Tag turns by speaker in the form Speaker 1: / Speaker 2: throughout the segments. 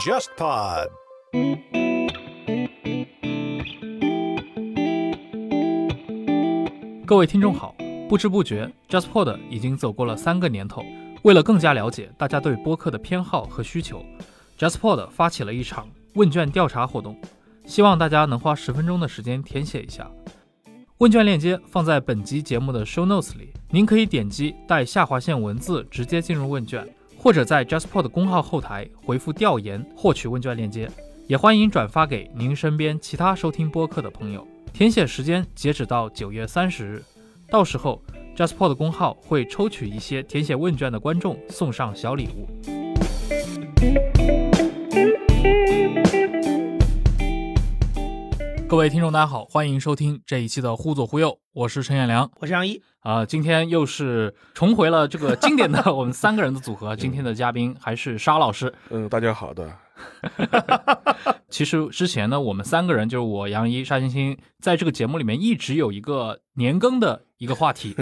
Speaker 1: JustPod。
Speaker 2: 各位听众好，不知不觉，JustPod 已经走过了三个年头。为了更加了解大家对播客的偏好和需求，JustPod 发起了一场问卷调查活动，希望大家能花十分钟的时间填写一下。问卷链接放在本集节目的 show notes 里，您可以点击带下划线文字直接进入问卷，或者在 JustPod 公号后台回复“调研”获取问卷链接。也欢迎转发给您身边其他收听播客的朋友。填写时间截止到九月三十日，到时候 JustPod 公号会抽取一些填写问卷的观众送上小礼物。各位听众，大家好，欢迎收听这一期的《忽左忽右》，我是陈彦良。
Speaker 3: 我是杨一，
Speaker 2: 啊、今天又是重回了这个经典的我们三个人的组合。今天的嘉宾还是沙老师。
Speaker 4: 嗯，大家好的，
Speaker 2: 其实之前呢，我们三个人就是我、杨一、沙欣欣，在这个节目里面一直有一个年更的一个话 题，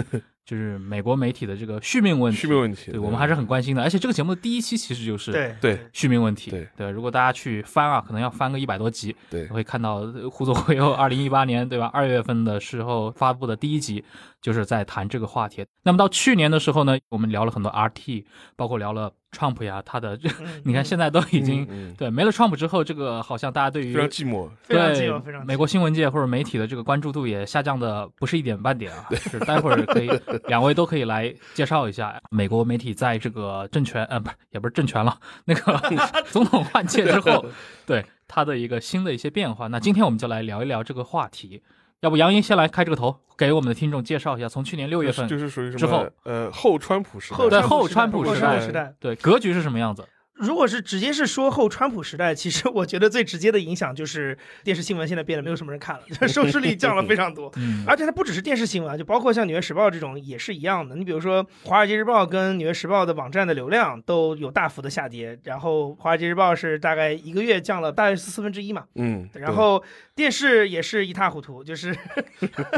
Speaker 2: 就是美国媒体的这个续命问题。
Speaker 4: 续命问题，
Speaker 2: 对我们还是很关心的。而且这个节目的第一期其实就是
Speaker 3: 对
Speaker 4: 对
Speaker 2: 续命问题。
Speaker 4: 对
Speaker 2: 如果大家去翻啊，可能要翻个一百多集，
Speaker 4: 对
Speaker 2: 会看到呃《忽左忽右》二零一八年对吧？二月份的时候发布的第一集就是在谈这个话题。那么到去年的时候呢，我们聊了很多 RT，包括聊了 Trump 呀，他的这，
Speaker 3: 嗯
Speaker 2: 你看现在都已经、
Speaker 4: 嗯嗯
Speaker 2: 对没了 Trump 之后，这个好像大家对于
Speaker 4: 非常寂寞。
Speaker 3: 嗯非常
Speaker 2: 对
Speaker 3: 自由，非常自由
Speaker 2: 美国新闻界或者媒体的这个关注度也下降的不是一点半点啊。是待会儿 可以两位都可以来介绍一下美国媒体在这个政权呃不是也不是政权了， 那 个总统换届之后，对它的一个新的一些变化。那今天我们就来聊一聊这个话题。要不杨英先来开这个头，给我们的听众介绍一下，从去年六月份、
Speaker 4: 就是属于什么
Speaker 2: 之后
Speaker 4: 呃后川普时代，
Speaker 3: 后
Speaker 2: 对
Speaker 3: 川
Speaker 2: 后
Speaker 3: 普
Speaker 2: 川
Speaker 3: 普
Speaker 2: 普
Speaker 3: 后
Speaker 4: 时
Speaker 3: 川
Speaker 4: 代
Speaker 3: 时代。
Speaker 2: 对格局是什么样子？
Speaker 3: 如果是直接是说后川普时代，其实我觉得最直接的影响就是电视新闻现在变得没有什么人看了，就是收视率降了非常 多。
Speaker 2: 嗯，
Speaker 4: 哎
Speaker 3: 而且它不只是电视新闻啊，就包括像《纽约时报》这种也是一样的。你比如说，《华尔街日报》跟《纽约时报》的网站的流量都有大幅的下跌，然后《华尔街日报》是大概一个月降了大约四分之一嘛，
Speaker 4: 嗯，
Speaker 3: 然后电视也是一塌糊涂，就是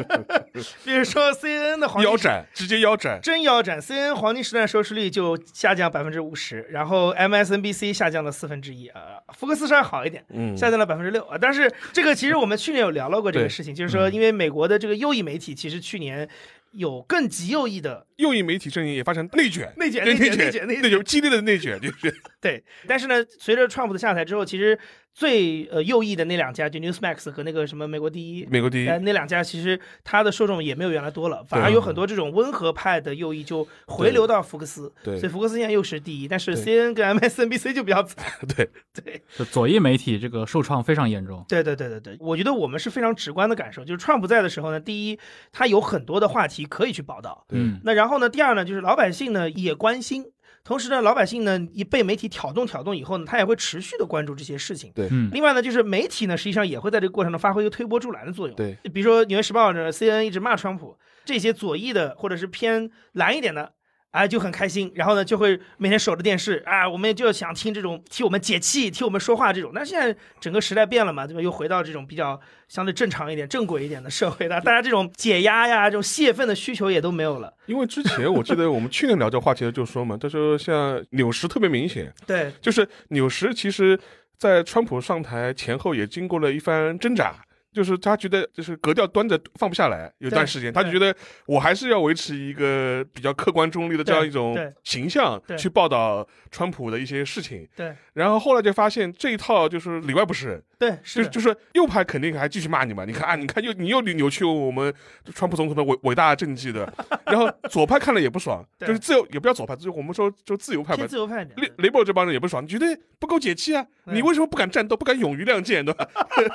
Speaker 3: 比如说 CNN 的黄
Speaker 4: 对
Speaker 3: 金
Speaker 4: 腰斩，直接腰斩，
Speaker 3: 真腰斩，CNN 黄金时段收视率就下降百分之五十，然后 MSNBC 下降了四分之一啊，福克斯稍微好一点，
Speaker 4: 嗯，
Speaker 3: 下降了百分之六啊。但是这个其实我们去年有聊到过这个
Speaker 4: 对
Speaker 3: 事情，就是说因为美国的这个右翼媒体其实去年有更极右翼的
Speaker 4: 右翼媒体阵营也发生内卷，
Speaker 3: 内卷、
Speaker 4: 对
Speaker 3: 内卷、内
Speaker 4: 内
Speaker 3: 卷、内
Speaker 4: 内
Speaker 3: 卷。
Speaker 4: 卷，激烈的内卷，就是
Speaker 3: 对，但是呢，随着 Trump 的下台之后，其实最呃右翼的那两家就 Newsmax 和那个什么美国第一。
Speaker 4: 美国第一
Speaker 3: 呃，，那两家其实它的受众也没有原来多了，反而有很多这种温和派的右翼就回流到福克斯，
Speaker 4: 对
Speaker 3: 所以福克斯现在又是第一，但是
Speaker 4: 对
Speaker 3: CNN 跟 MSNBC 就比较惨。
Speaker 4: 对，
Speaker 3: 对，
Speaker 2: 就左翼媒体这个受创非常严重。
Speaker 3: 对，对，对，对，对，我觉得我们是非常直观的感受，就是 Trump 在的时候呢，第一，他有很多的话题可以去报道，
Speaker 4: 对
Speaker 2: 嗯，
Speaker 3: 那然后呢，第二呢，就是老百姓呢也关心，同时呢，老百姓呢一被媒体挑动挑动以后呢，他也会持续的关注这些事情。
Speaker 4: 对
Speaker 2: 嗯
Speaker 3: 另外呢，就是媒体呢，实际上也会在这个过程中发挥一个推波助澜的作用。
Speaker 4: 对，
Speaker 3: 比如说《纽约时报》呃呢，CNN 一直骂川普，这些左翼的或者是偏蓝一点的。哎，就很开心，然后呢，就会每天守着电视啊，我们就想听这种替我们解气、替我们说话这种。那现在整个时代变了嘛，对吧？又回到这种比较相对正常一点、正轨一点的社会了，大家这种解压呀、这种泄愤的需求也都没有了。
Speaker 4: 因为之前我记得我们去年聊这个话题的就说嘛，他说像纽时特别明显，
Speaker 3: 对，
Speaker 4: 就是纽时其实，在川普上台前后也经过了一番挣扎，就是他觉得就是格调端着放不下来，有段时间他就觉得我还是要维持一个比较客观中立的这样一种
Speaker 3: 对对
Speaker 4: 形象
Speaker 3: 对
Speaker 4: 去报道川普的一些事情。
Speaker 3: 对
Speaker 4: 然后后来就发现这一套就是里外不是人，
Speaker 3: 对，
Speaker 4: 就是
Speaker 3: 的，
Speaker 4: 就是右派肯定还继续骂你嘛，你看啊，你看又你又扭曲我们川普总统的伟伟大政绩的，然后左派看了也不爽，
Speaker 3: 对
Speaker 4: 就是自由也不叫左派，就是我们说就自由派吧
Speaker 3: 偏，自由派一点。
Speaker 4: 雷雷博这帮人也不爽，你觉得不够解气啊？
Speaker 3: 嗯
Speaker 4: 你为什么不敢战斗，不敢勇于亮剑，对吧？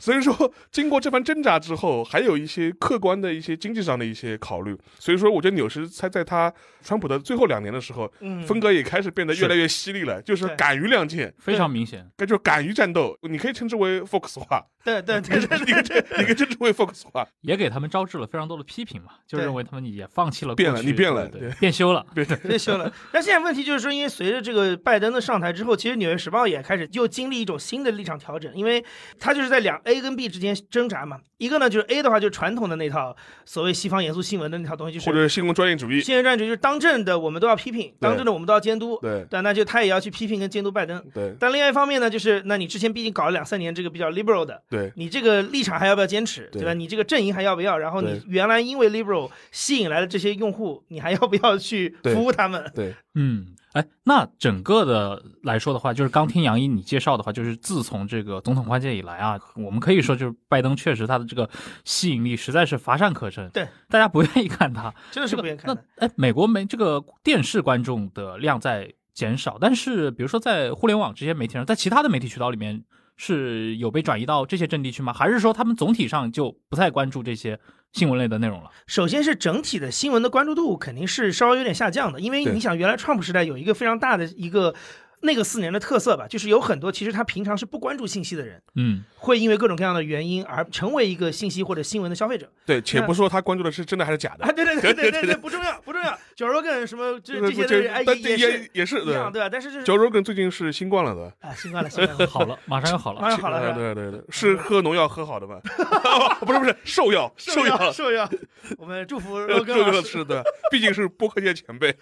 Speaker 4: 所以说，经过这番挣扎之后，还有一些客观的一些经济上的一些考虑。所以说，我觉得纽什才在他川普的最后两年的时候，
Speaker 3: 嗯，
Speaker 4: 风格也开始变得
Speaker 2: 是
Speaker 4: 越来越犀利了，就是
Speaker 3: 对
Speaker 4: 敢于亮剑，
Speaker 2: 非常明显。
Speaker 4: 那就是敢于战斗。你可以称之为 Fox 化，
Speaker 3: 对 对对对
Speaker 4: 你可以称你可以称之为 Fox 化，
Speaker 2: 也给他们招致了非常多的批评嘛，就
Speaker 3: 对
Speaker 2: 认为他们也放弃了过去，
Speaker 4: 变了你变了
Speaker 2: 对，对变修了，
Speaker 3: 对，修了。但现在问题就是说，因为随着这个拜登的上台之后，其实《纽约时报》也开始又经历一种新的立场调整，因为他就是在两 A 跟 B 之间挣扎嘛。一个呢就是 A 的话，就是传统的那套所谓西方严肃新闻的那套东西，就
Speaker 4: 或
Speaker 3: 是
Speaker 4: 者是新闻专业主义，
Speaker 3: 新闻战局，就是当政的我们都要批评，当政的我们都要监督。
Speaker 4: 对
Speaker 3: 对，那就他也要去批评跟监督拜登。
Speaker 4: 对
Speaker 3: 但另外一方面呢，就是那你之前毕竟搞了两三年这个比较 liberal 的，
Speaker 4: 对
Speaker 3: 你这个立场还要不要坚持，
Speaker 4: 对
Speaker 3: 对吧？你这个阵营还要不要？然后你
Speaker 4: 对
Speaker 3: 原来因为 liberal 吸引来的这些用户，你还要不要去
Speaker 4: 对
Speaker 3: 服务他们？
Speaker 4: 对，
Speaker 2: 嗯，哎，那整个的来说的话，就是刚听杨一你介绍的话，就是自从这个总统换届以来啊，我们可以说就是拜登确实他的这个吸引力实在是乏善可陈，
Speaker 3: 对，
Speaker 2: 大家不愿意看他，
Speaker 3: 真的是不愿意看
Speaker 2: 这
Speaker 3: 的
Speaker 2: 个。那哎，美国媒这个电视观众的量在减少，但是比如说在互联网这些媒体上，在其他的媒体渠道里面是有被转移到这些阵地去吗？还是说他们总体上就不太关注这些新闻类的内容了？
Speaker 3: 首先是整体的新闻的关注度肯定是稍微有点下降的，因为
Speaker 4: 对
Speaker 3: 你想，原来 Trump 时代有一个非常大的一个那个四年的特色吧，就是有很多其实他平常是不关注信息的人，
Speaker 2: 嗯，
Speaker 3: 会因为各种各样的原因而成为一个信息或者新闻的消费者。
Speaker 4: 对，且不说他关注的是真的还是假的
Speaker 3: 啊，，对对对对
Speaker 4: 对
Speaker 3: 对
Speaker 4: 对
Speaker 3: 对，不重要不重要，九十跟什么这这些
Speaker 4: 这
Speaker 3: 的人，哎
Speaker 4: 但
Speaker 3: 也也
Speaker 4: 也
Speaker 3: 是
Speaker 4: 也是
Speaker 3: 一样
Speaker 4: 对。
Speaker 3: 对吧？但是这是
Speaker 4: Joe Rogan 最近是新冠了的，
Speaker 3: 啊，新冠了新冠了，
Speaker 2: 好了，马上要好
Speaker 3: 马
Speaker 2: 了。
Speaker 3: 上好了是吧？
Speaker 4: 对对对，是喝农药喝好的 吧？不 是不是，兽药，兽药，
Speaker 3: 受药，我们祝 福
Speaker 4: 这
Speaker 3: 肉根老
Speaker 4: 个
Speaker 3: 师。
Speaker 4: 是的，毕竟是播客界前辈，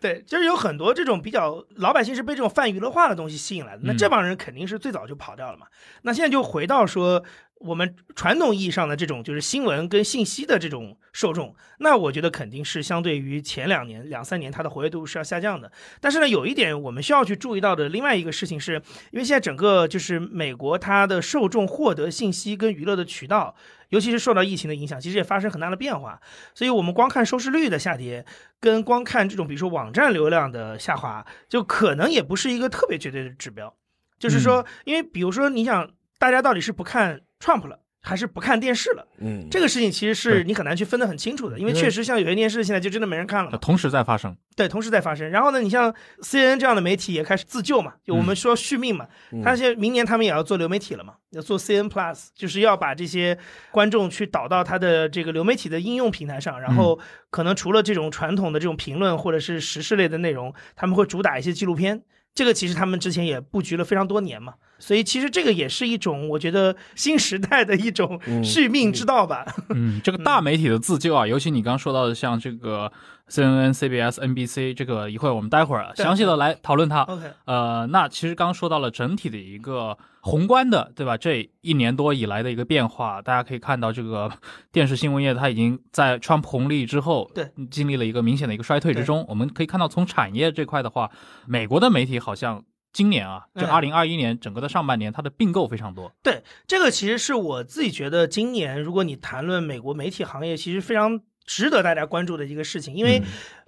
Speaker 3: 对，就是有很多这种比较老百姓是被这种泛娱乐化的东西吸引来的，那
Speaker 2: 嗯
Speaker 3: 这帮人肯定是最早就跑掉了嘛。那现在就回到说我们传统意义上的这种就是新闻跟信息的这种受众，那我觉得肯定是相对于前两年两三年它的活跃度是要下降的。但是呢，有一点我们需要去注意到的另外一个事情是，因为现在整个就是美国它的受众获得信息跟娱乐的渠道。尤其是受到疫情的影响，其实也发生很大的变化，所以我们光看收视率的下跌，跟光看这种比如说网站流量的下滑，就可能也不是一个特别绝对的指标。就是说，
Speaker 2: 嗯
Speaker 3: 因为比如说，你想大家到底是不看 Trump 了，还是不看电视了？
Speaker 4: 嗯，
Speaker 3: 这个事情其实是你很难去分得很清楚的，因为
Speaker 2: 因为
Speaker 3: 确实像有些电视现在就真的没人看了嘛。
Speaker 2: 呃同时在发生，
Speaker 3: 对，同时在发生。然后呢，你像 CNN 这样的媒体也开始自救嘛，就我们说续命嘛。他现在明年他们也要做流媒体了嘛，要做 CN Plus，就是要把这些观众去导到他的这个流媒体的应用平台上。然后可能除了这种传统的这种评论或者是时事类的内容，他们会主打一些纪录片。这个其实他们之前也布局了非常多年嘛，所以其实这个也是一种我觉得新时代的一种续命之道吧。
Speaker 2: 嗯，这个大媒体的自救啊，尤其你刚刚说到的，像这个 CNN、CBS、NBC，这个一会儿我们待会儿啊
Speaker 3: 对
Speaker 2: 详细的来讨论它。
Speaker 3: OK，
Speaker 2: 呃，那其实刚刚说到了整体的一个宏观的，对吧？这一年多以来的一个变化，大家可以看到，这个 电视新闻业它已经在川普红利之后，
Speaker 3: 对，
Speaker 2: 经历了一个明显的一个衰退之中。我们可以看到，从产业这块的话，美国的媒体好像今年啊，就二
Speaker 3: 嗯
Speaker 2: 零二一年整个的上半年，它的并购非常多。
Speaker 3: 对，这个其实是我自己觉得，今年如果你谈论美国媒体行业，其实非常值得大家关注的一个事情，因为
Speaker 2: 嗯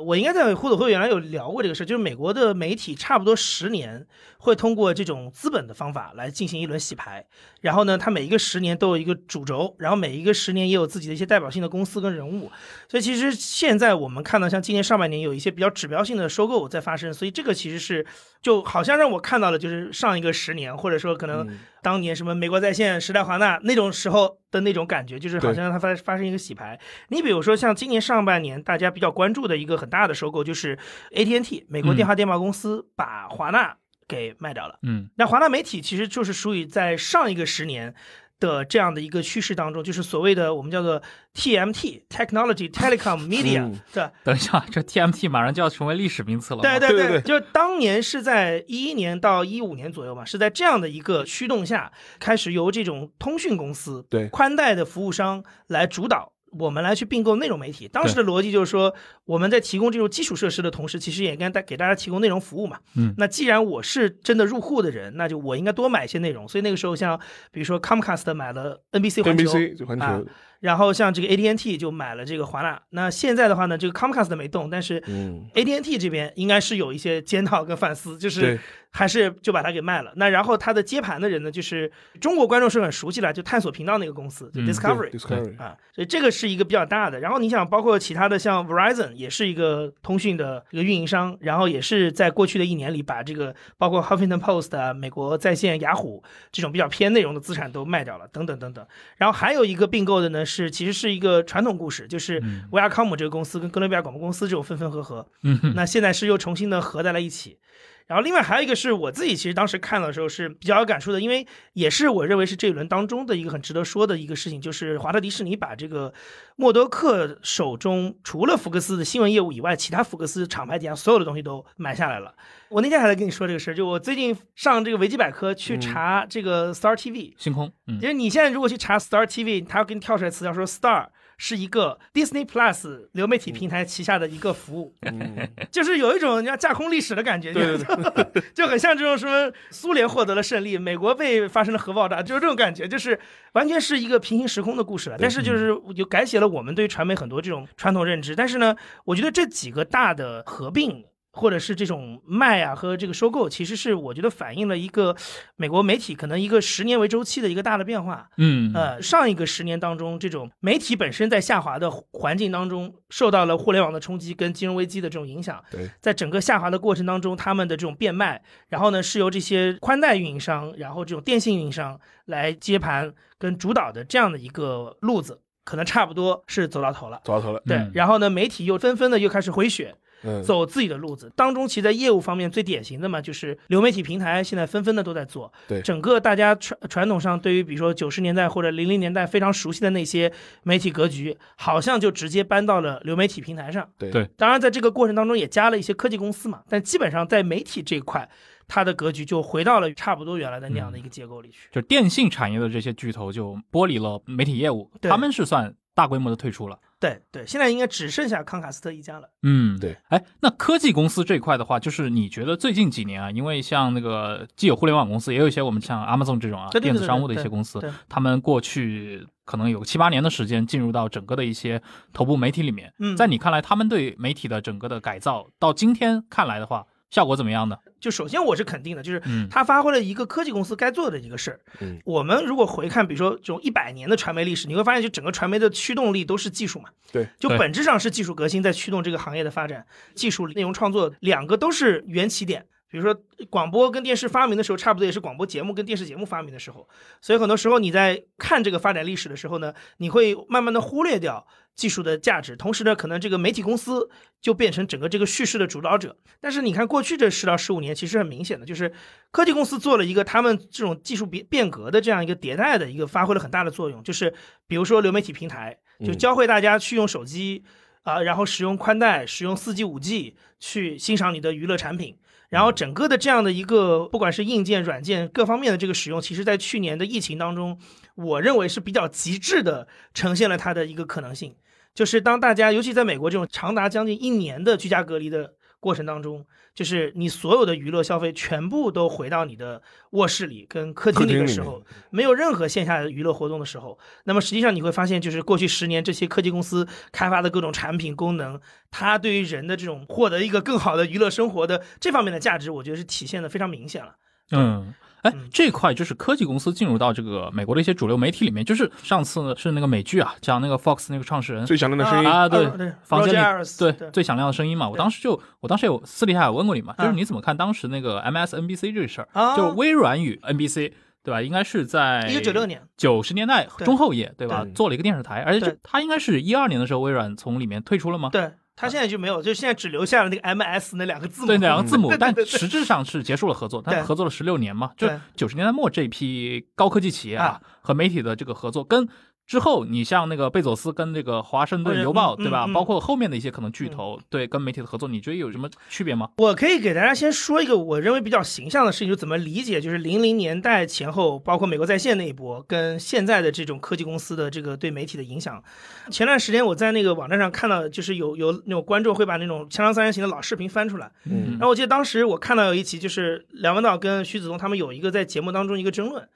Speaker 3: 我应该在互动会原来有聊过这个事，就是美国的媒体差不多十年会通过这种资本的方法来进行一轮洗牌，然后呢，它每一个十年都有一个主轴，然后每一个十年也有自己的一些代表性的公司跟人物，所以其实现在我们看到，像今年上半年有一些比较指标性的收购在发生，所以这个其实是就好像让我看到了，就是上一个十年，或者说可能当年什么美国在线、时代华纳那种时候的那种感觉，就是好像它发发生一个洗牌。你比如说像今年上半年大家比较关注的一个很大的收购，就是 AT&T 美国电话电报公司把华纳给卖掉了。
Speaker 2: 嗯
Speaker 3: 那华纳媒体其实就是属于在上一个十年的这样的一个趋势当中，就是所谓的我们叫做 TMT Technology Telecom Media
Speaker 4: 嗯
Speaker 3: 的，
Speaker 2: 等一下，这 TMT 马上就要成为历史名词了。
Speaker 3: 对对
Speaker 4: 对对对
Speaker 3: 就是当年是在一一年到一五年左右嘛，是在这样的一个驱动下，开始由这种通讯公司、
Speaker 4: 对
Speaker 3: 宽带的服务商来主导。我们来去并购内容媒体，当时的逻辑就是说，我们在提供这种基础设施的同时，其实也应该带给大家提供内容服务嘛。
Speaker 2: 嗯
Speaker 3: 那既然我是真的入户的人，那就我应该多买一些内容。所以那个时候，像比如说 Comcast 买了 NBC 环球
Speaker 4: NBC 就环
Speaker 3: 啊
Speaker 4: 球，
Speaker 3: 然后像这个 AT&T 就买了这个华纳。那现在的话呢，这个 Comcast 没动，但是
Speaker 4: 嗯，
Speaker 3: AT&T 这边应该是有一些检讨跟反思，就是
Speaker 4: 对
Speaker 3: 还是就把它给卖了。那然后它的接盘的人呢，就是中国观众是很熟悉了，就探索频道那个公司，就
Speaker 2: 嗯
Speaker 3: Discovery、
Speaker 4: Discovery，
Speaker 3: 啊，所以这个是一个比较大的。然后你想，包括其他的像 Verizon 也是一个通讯的一个运营商，然后也是在过去的一年里把这个包括 Huffington Post 啊、美国在线、雅虎这种比较偏内容的资产都卖掉了，等等等等。然后还有一个并购的呢，是其实是一个传统故事，就是
Speaker 2: 嗯
Speaker 3: 维亚康姆这个公司跟哥伦比亚广播公司这种分分合合，
Speaker 2: 嗯哼，
Speaker 3: 那现在是又重新的合在了一起。然后另外还有一个是我自己其实当时看的时候是比较有感触的，因为也是我认为是这一轮当中的一个很值得说的一个事情，就是华特迪士尼把这个默多克手中除了福克斯的新闻业务以外，其他福克斯厂牌底下所有的东西都买下来了。我那天还在跟你说这个事儿，就我最近上这个维基百科去查这个 Star TV，、
Speaker 2: 星空，嗯
Speaker 3: 因，为你现在如果去查 Star TV，它给你跳出来词条说 Star 是一个 Disney Plus 流媒体平台旗下的一个服务，
Speaker 4: 嗯，
Speaker 3: 就是有一种人家架空历史的感觉，
Speaker 4: 对对
Speaker 3: 对 就很像这种什么苏联获得了胜利，美国被发生了核爆炸，就是这种感觉，就是完全是一个平行时空的故事了。但是就是
Speaker 4: 嗯
Speaker 3: 就改写了我们对传媒很多这种传统认知。但是呢，我觉得这几个大的合并。或者是这种卖啊和这个收购，其实是我觉得反映了一个美国媒体可能一个十年为周期的一个大的变化。
Speaker 2: 嗯，
Speaker 3: 呃，上一个十年当中，这种媒体本身在下滑的环境当中，受到了互联网的冲击跟金融危机的这种影响。
Speaker 4: 对，
Speaker 3: 在整个下滑的过程当中，他们的这种变卖，然后呢是由这些宽带运营商，然后这种电信运营商来接盘跟主导的这样的一个路子，可能差不多是走到头了。
Speaker 4: 走到头了，
Speaker 3: 对
Speaker 2: 嗯，
Speaker 3: 然后呢，媒体又纷纷的又开始回血，
Speaker 4: 嗯，
Speaker 3: 走自己的路子。当中其实在业务方面最典型的嘛，就是流媒体平台现在纷纷的都在做。
Speaker 4: 对
Speaker 3: 整个大家传传统上对于比如说九十年代或者零零年代非常熟悉的那些媒体格局，好像就直接搬到了流媒体平台上。
Speaker 4: 对
Speaker 2: 对
Speaker 3: 当然，在这个过程当中也加了一些科技公司嘛，但基本上在媒体这一块，它的格局就回到了差不多原来的那样的一个结构里去。
Speaker 2: 就电信产业的这些巨头就剥离了媒体业务，
Speaker 3: 对
Speaker 2: 他们是算大规模的退出了。
Speaker 3: 对对，现在应该只剩下康卡斯特一家了。
Speaker 2: 嗯，
Speaker 4: 对。
Speaker 2: 哎，那科技公司这一块的话，就是你觉得最近几年啊，因为像那个既有互联网公司，也有一些我们像 Amazon 这种啊
Speaker 3: 对对对
Speaker 2: 电子商务的
Speaker 3: 对
Speaker 2: 一
Speaker 3: 对
Speaker 2: 些公司
Speaker 3: 对，
Speaker 2: 他们过去可能有七八年的时间进入到整个的一些头部媒体里面。
Speaker 3: 嗯
Speaker 2: 在你看来，他们对媒体的整个的改造，到今天看来的话，效果怎么样呢？
Speaker 3: 就首先我是肯定的，就是
Speaker 2: 嗯
Speaker 3: 它发挥了一个科技公司该做的一个事儿。
Speaker 4: 嗯
Speaker 3: 我们如果回看，比如说这种一百年的传媒历史，你会发现，就整个传媒的驱动力都是技术嘛。
Speaker 4: 对，
Speaker 3: 就
Speaker 2: 对
Speaker 3: 本质上是技术革新在驱动这个行业的发展，技术、内容创作两个都是缘起点。比如说广播跟电视发明的时候，差不多也是广播节目跟电视节目发明的时候，所以很多时候你在看这个发展历史的时候呢，你会慢慢的忽略掉技术的价值，同时呢，可能这个媒体公司就变成整个这个叙事的主导者。但是你看过去这十到十五年，其实很明显的就是科技公司做了一个他们这种技术变变革的这样一个迭代的一个发挥了很大的作用，就是比如说流媒体平台，就教会大家去用手机啊、然后使用宽带，使用4 G、5 G 去欣赏你的娱乐产品。然
Speaker 4: 嗯
Speaker 3: 后整个的这样的一个，不管是硬件、软件各方面的这个使用，其实在去年的疫情当中，我认为是比较极致的呈现了它的一个可能性。就是当大家，尤其在美国这种长达将近一年的居家隔离的过程当中，就是你所有的娱乐消费全部都回到你的卧室里跟客厅里的时
Speaker 4: 客厅
Speaker 3: 候，没有任何线下的娱乐活动的时候，那么实际上你会发现，就是过去十年这些科技公司开发的各种产品功能，它对于人的这种获得一个更好的娱乐生活的这方面的价值，我觉得是体现的非常明显了。
Speaker 2: 嗯，哎
Speaker 3: 嗯，
Speaker 2: 这块就是科技公司进入到这个美国的一些主流媒体里面，就是上次是那个美剧啊，讲那个 Fox 那个创始人
Speaker 4: 最响亮的声音，
Speaker 2: 啊对
Speaker 3: 啊对
Speaker 2: 房间
Speaker 3: Roger
Speaker 2: 里
Speaker 3: Ailes，
Speaker 2: 对
Speaker 3: 对
Speaker 2: 最响亮的声音嘛。我
Speaker 3: 对
Speaker 2: 当时就，我当时有私底下有问过你嘛，就是
Speaker 3: 啊
Speaker 2: 你怎么看当时那个 MSNBC 这事儿？
Speaker 3: 啊
Speaker 2: 就微软与 NBC 对吧？应该是在
Speaker 3: 1996年
Speaker 2: 九十年代
Speaker 3: 对
Speaker 2: 中后叶对吧？
Speaker 4: 对
Speaker 2: 做了一个电视台，而且
Speaker 3: 对
Speaker 2: 就它应该是一二年的时候，微软从里面退出了吗？
Speaker 3: 对他现在就没有，就现在只留下了那个 MS 那两个字母。
Speaker 2: 对两个字母，
Speaker 3: 对
Speaker 2: 但
Speaker 3: 对对
Speaker 2: 实质上是结束了合作，
Speaker 3: 对
Speaker 2: 但合作了十六年嘛，就
Speaker 3: 对
Speaker 2: 九十年代末这一批高科技企业啊和媒体的这个合作，跟之后你像那个贝佐斯跟这个华盛顿邮报
Speaker 3: 嗯嗯
Speaker 2: 对吧
Speaker 3: 嗯，
Speaker 2: 包括后面的一些可能巨头对跟媒体的合作，你觉得有什么区别吗？
Speaker 3: 我可以给大家先说一个我认为比较形象的事情，就怎么理解，就是零零年代前后，包括美国在线那一波，跟现在的这种科技公司的这个对媒体的影响。前段时间我在那个网站上看到，就是有有那种观众会把那种《锵锵三人行》的老视频翻出来，
Speaker 4: 嗯
Speaker 3: 然后我记得当时我看到有一期，就是梁文道跟徐子东他们有一个在节目当中一个争论，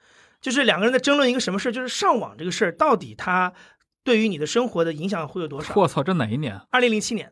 Speaker 3: 就是两个人在争论一个什么事儿，就是上网这个事儿到底它对于你的生活的影响会有多 少？
Speaker 2: 我操，这哪一年？
Speaker 3: 二零零七年，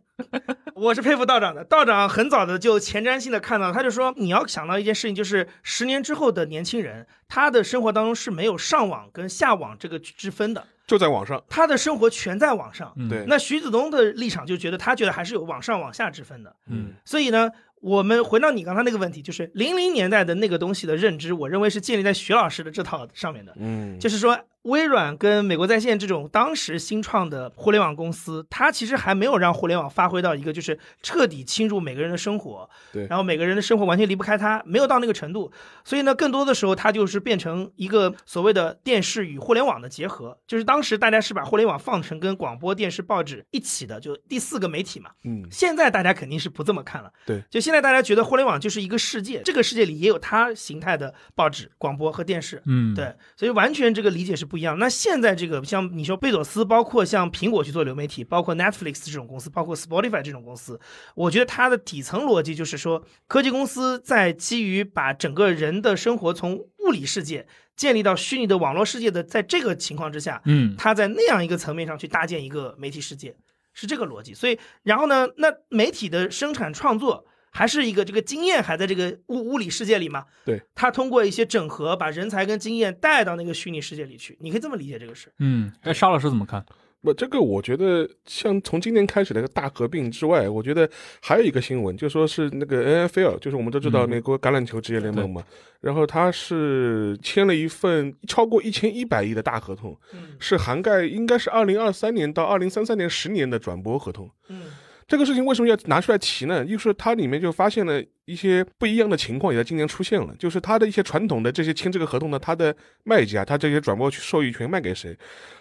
Speaker 3: 我是佩服道长的。道长很早的就前瞻性的看到，他就说你要想到一件事情，就是十年之后的年轻人，他的生活当中是没有上网跟下网这个之分的，
Speaker 4: 就在网上，
Speaker 3: 他的生活全在网上。
Speaker 2: 嗯
Speaker 4: 对，
Speaker 3: 那徐子东的立场就觉得，他觉得还是有网上网下之分的。
Speaker 2: 嗯
Speaker 3: 所以呢，我们回到你刚才那个问题，就是零零年代的那个东西的认知，我认为是建立在徐老师的这套上面的，
Speaker 4: 嗯，
Speaker 3: 就是说微软跟美国在线这种当时新创的互联网公司，它其实还没有让互联网发挥到一个就是彻底侵入每个人的生活，
Speaker 4: 对
Speaker 3: 然后每个人的生活完全离不开它，没有到那个程度。所以呢，更多的时候它就是变成一个所谓的电视与互联网的结合，就是当时大家是把互联网放成跟广播电视、报纸一起的，就第四个媒体嘛。
Speaker 4: 嗯，
Speaker 3: 现在大家肯定是不这么看了，
Speaker 4: 对，
Speaker 3: 就现在大家觉得互联网就是一个世界，这个世界里也有它形态的报纸、广播和电视，
Speaker 2: 嗯，，
Speaker 3: 对，所以完全这个理解是不一样。那现在这个像你说贝佐斯，包括像苹果去做流媒体，包括 Netflix 这种公司，包括 Spotify 这种公司，我觉得它的底层逻辑就是说，科技公司在基于把整个人的生活从物理世界建立到虚拟的网络世界的，在这个情况之下，
Speaker 2: 嗯，
Speaker 3: 他在那样一个层面上去搭建一个媒体世界，是这个逻辑。所以，然后呢，那媒体的生产创作还是一个这个经验还在这个物物理世界里嘛？
Speaker 4: 对，
Speaker 3: 他通过一些整合，把人才跟经验带到那个虚拟世界里去。你可以这么理解这个事。
Speaker 2: 嗯，哎，沙老师怎么看？
Speaker 4: 不，这个我觉得像从今年开始的一个大合并之外，我觉得还有一个新闻，就说是那个 NFL，就是我们都知道
Speaker 2: 嗯
Speaker 4: 美国橄榄球职业联盟嘛，然后它是签了一份超过一千一百亿的大合同，
Speaker 3: 嗯
Speaker 4: 是涵盖应该是二零二三年到二零三三年十年的转播合同。
Speaker 3: 嗯
Speaker 4: 这个事情为什么要拿出来提呢？就是它里面就发现了一些不一样的情况，也在今年出现了。就是它的一些传统的这些签这个合同呢，它的卖家，它这些转播授益权卖给谁？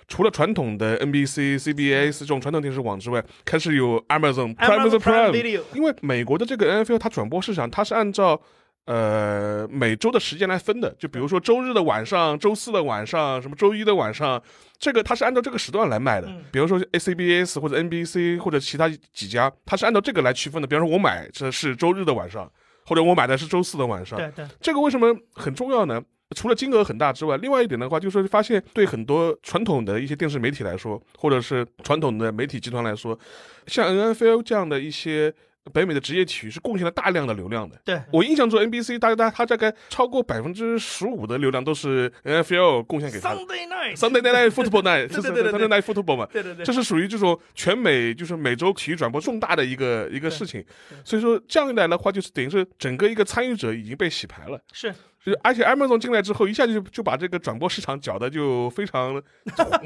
Speaker 4: 除了传统的 NBC、CBS 这种传统电视网之外，开始有 Amazon、
Speaker 3: Amazon Prime
Speaker 4: Prime
Speaker 3: Video
Speaker 4: 因为美国的这个 NFL 它转播市场，它是按照呃每周的时间来分的，就比如说周日的晚上、周四的晚上、什么周一的晚上，这个它是按照这个时段来卖的。
Speaker 3: 嗯
Speaker 4: 比如说 ACBS 或者 NBC 或者其他几家，它是按照这个来区分的。比方说我买这是周日的晚上，或者我买的是周四的晚上，
Speaker 3: 对对，
Speaker 4: 这个为什么很重要呢？除了金额很大之外，另外一点的话，就是发现对很多传统的一些电视媒体来说，或者是传统的媒体集团来说，像 N F L 这样的一些北美的职业体育是贡献了大量的流量的。
Speaker 3: 对
Speaker 4: 我印象中 N B C 大概它大概超过百分之十五的流量都是 N F L 贡献给它的。
Speaker 3: Sunday night，
Speaker 4: Sunday Night Football Night，
Speaker 3: 对对对对对
Speaker 4: Sunday Night Football 嘛，
Speaker 3: 对对对
Speaker 4: 这，是属于这种全美就是每周体育转播重大的一个一个
Speaker 3: 对
Speaker 4: 事情
Speaker 3: 对，
Speaker 4: 所以说这样一来的话，就是等于是整个一个参与者已经被洗牌了。
Speaker 3: 是
Speaker 4: 就是而且 Amazon 进来之后，一下就就把这个转播市场搅得就非常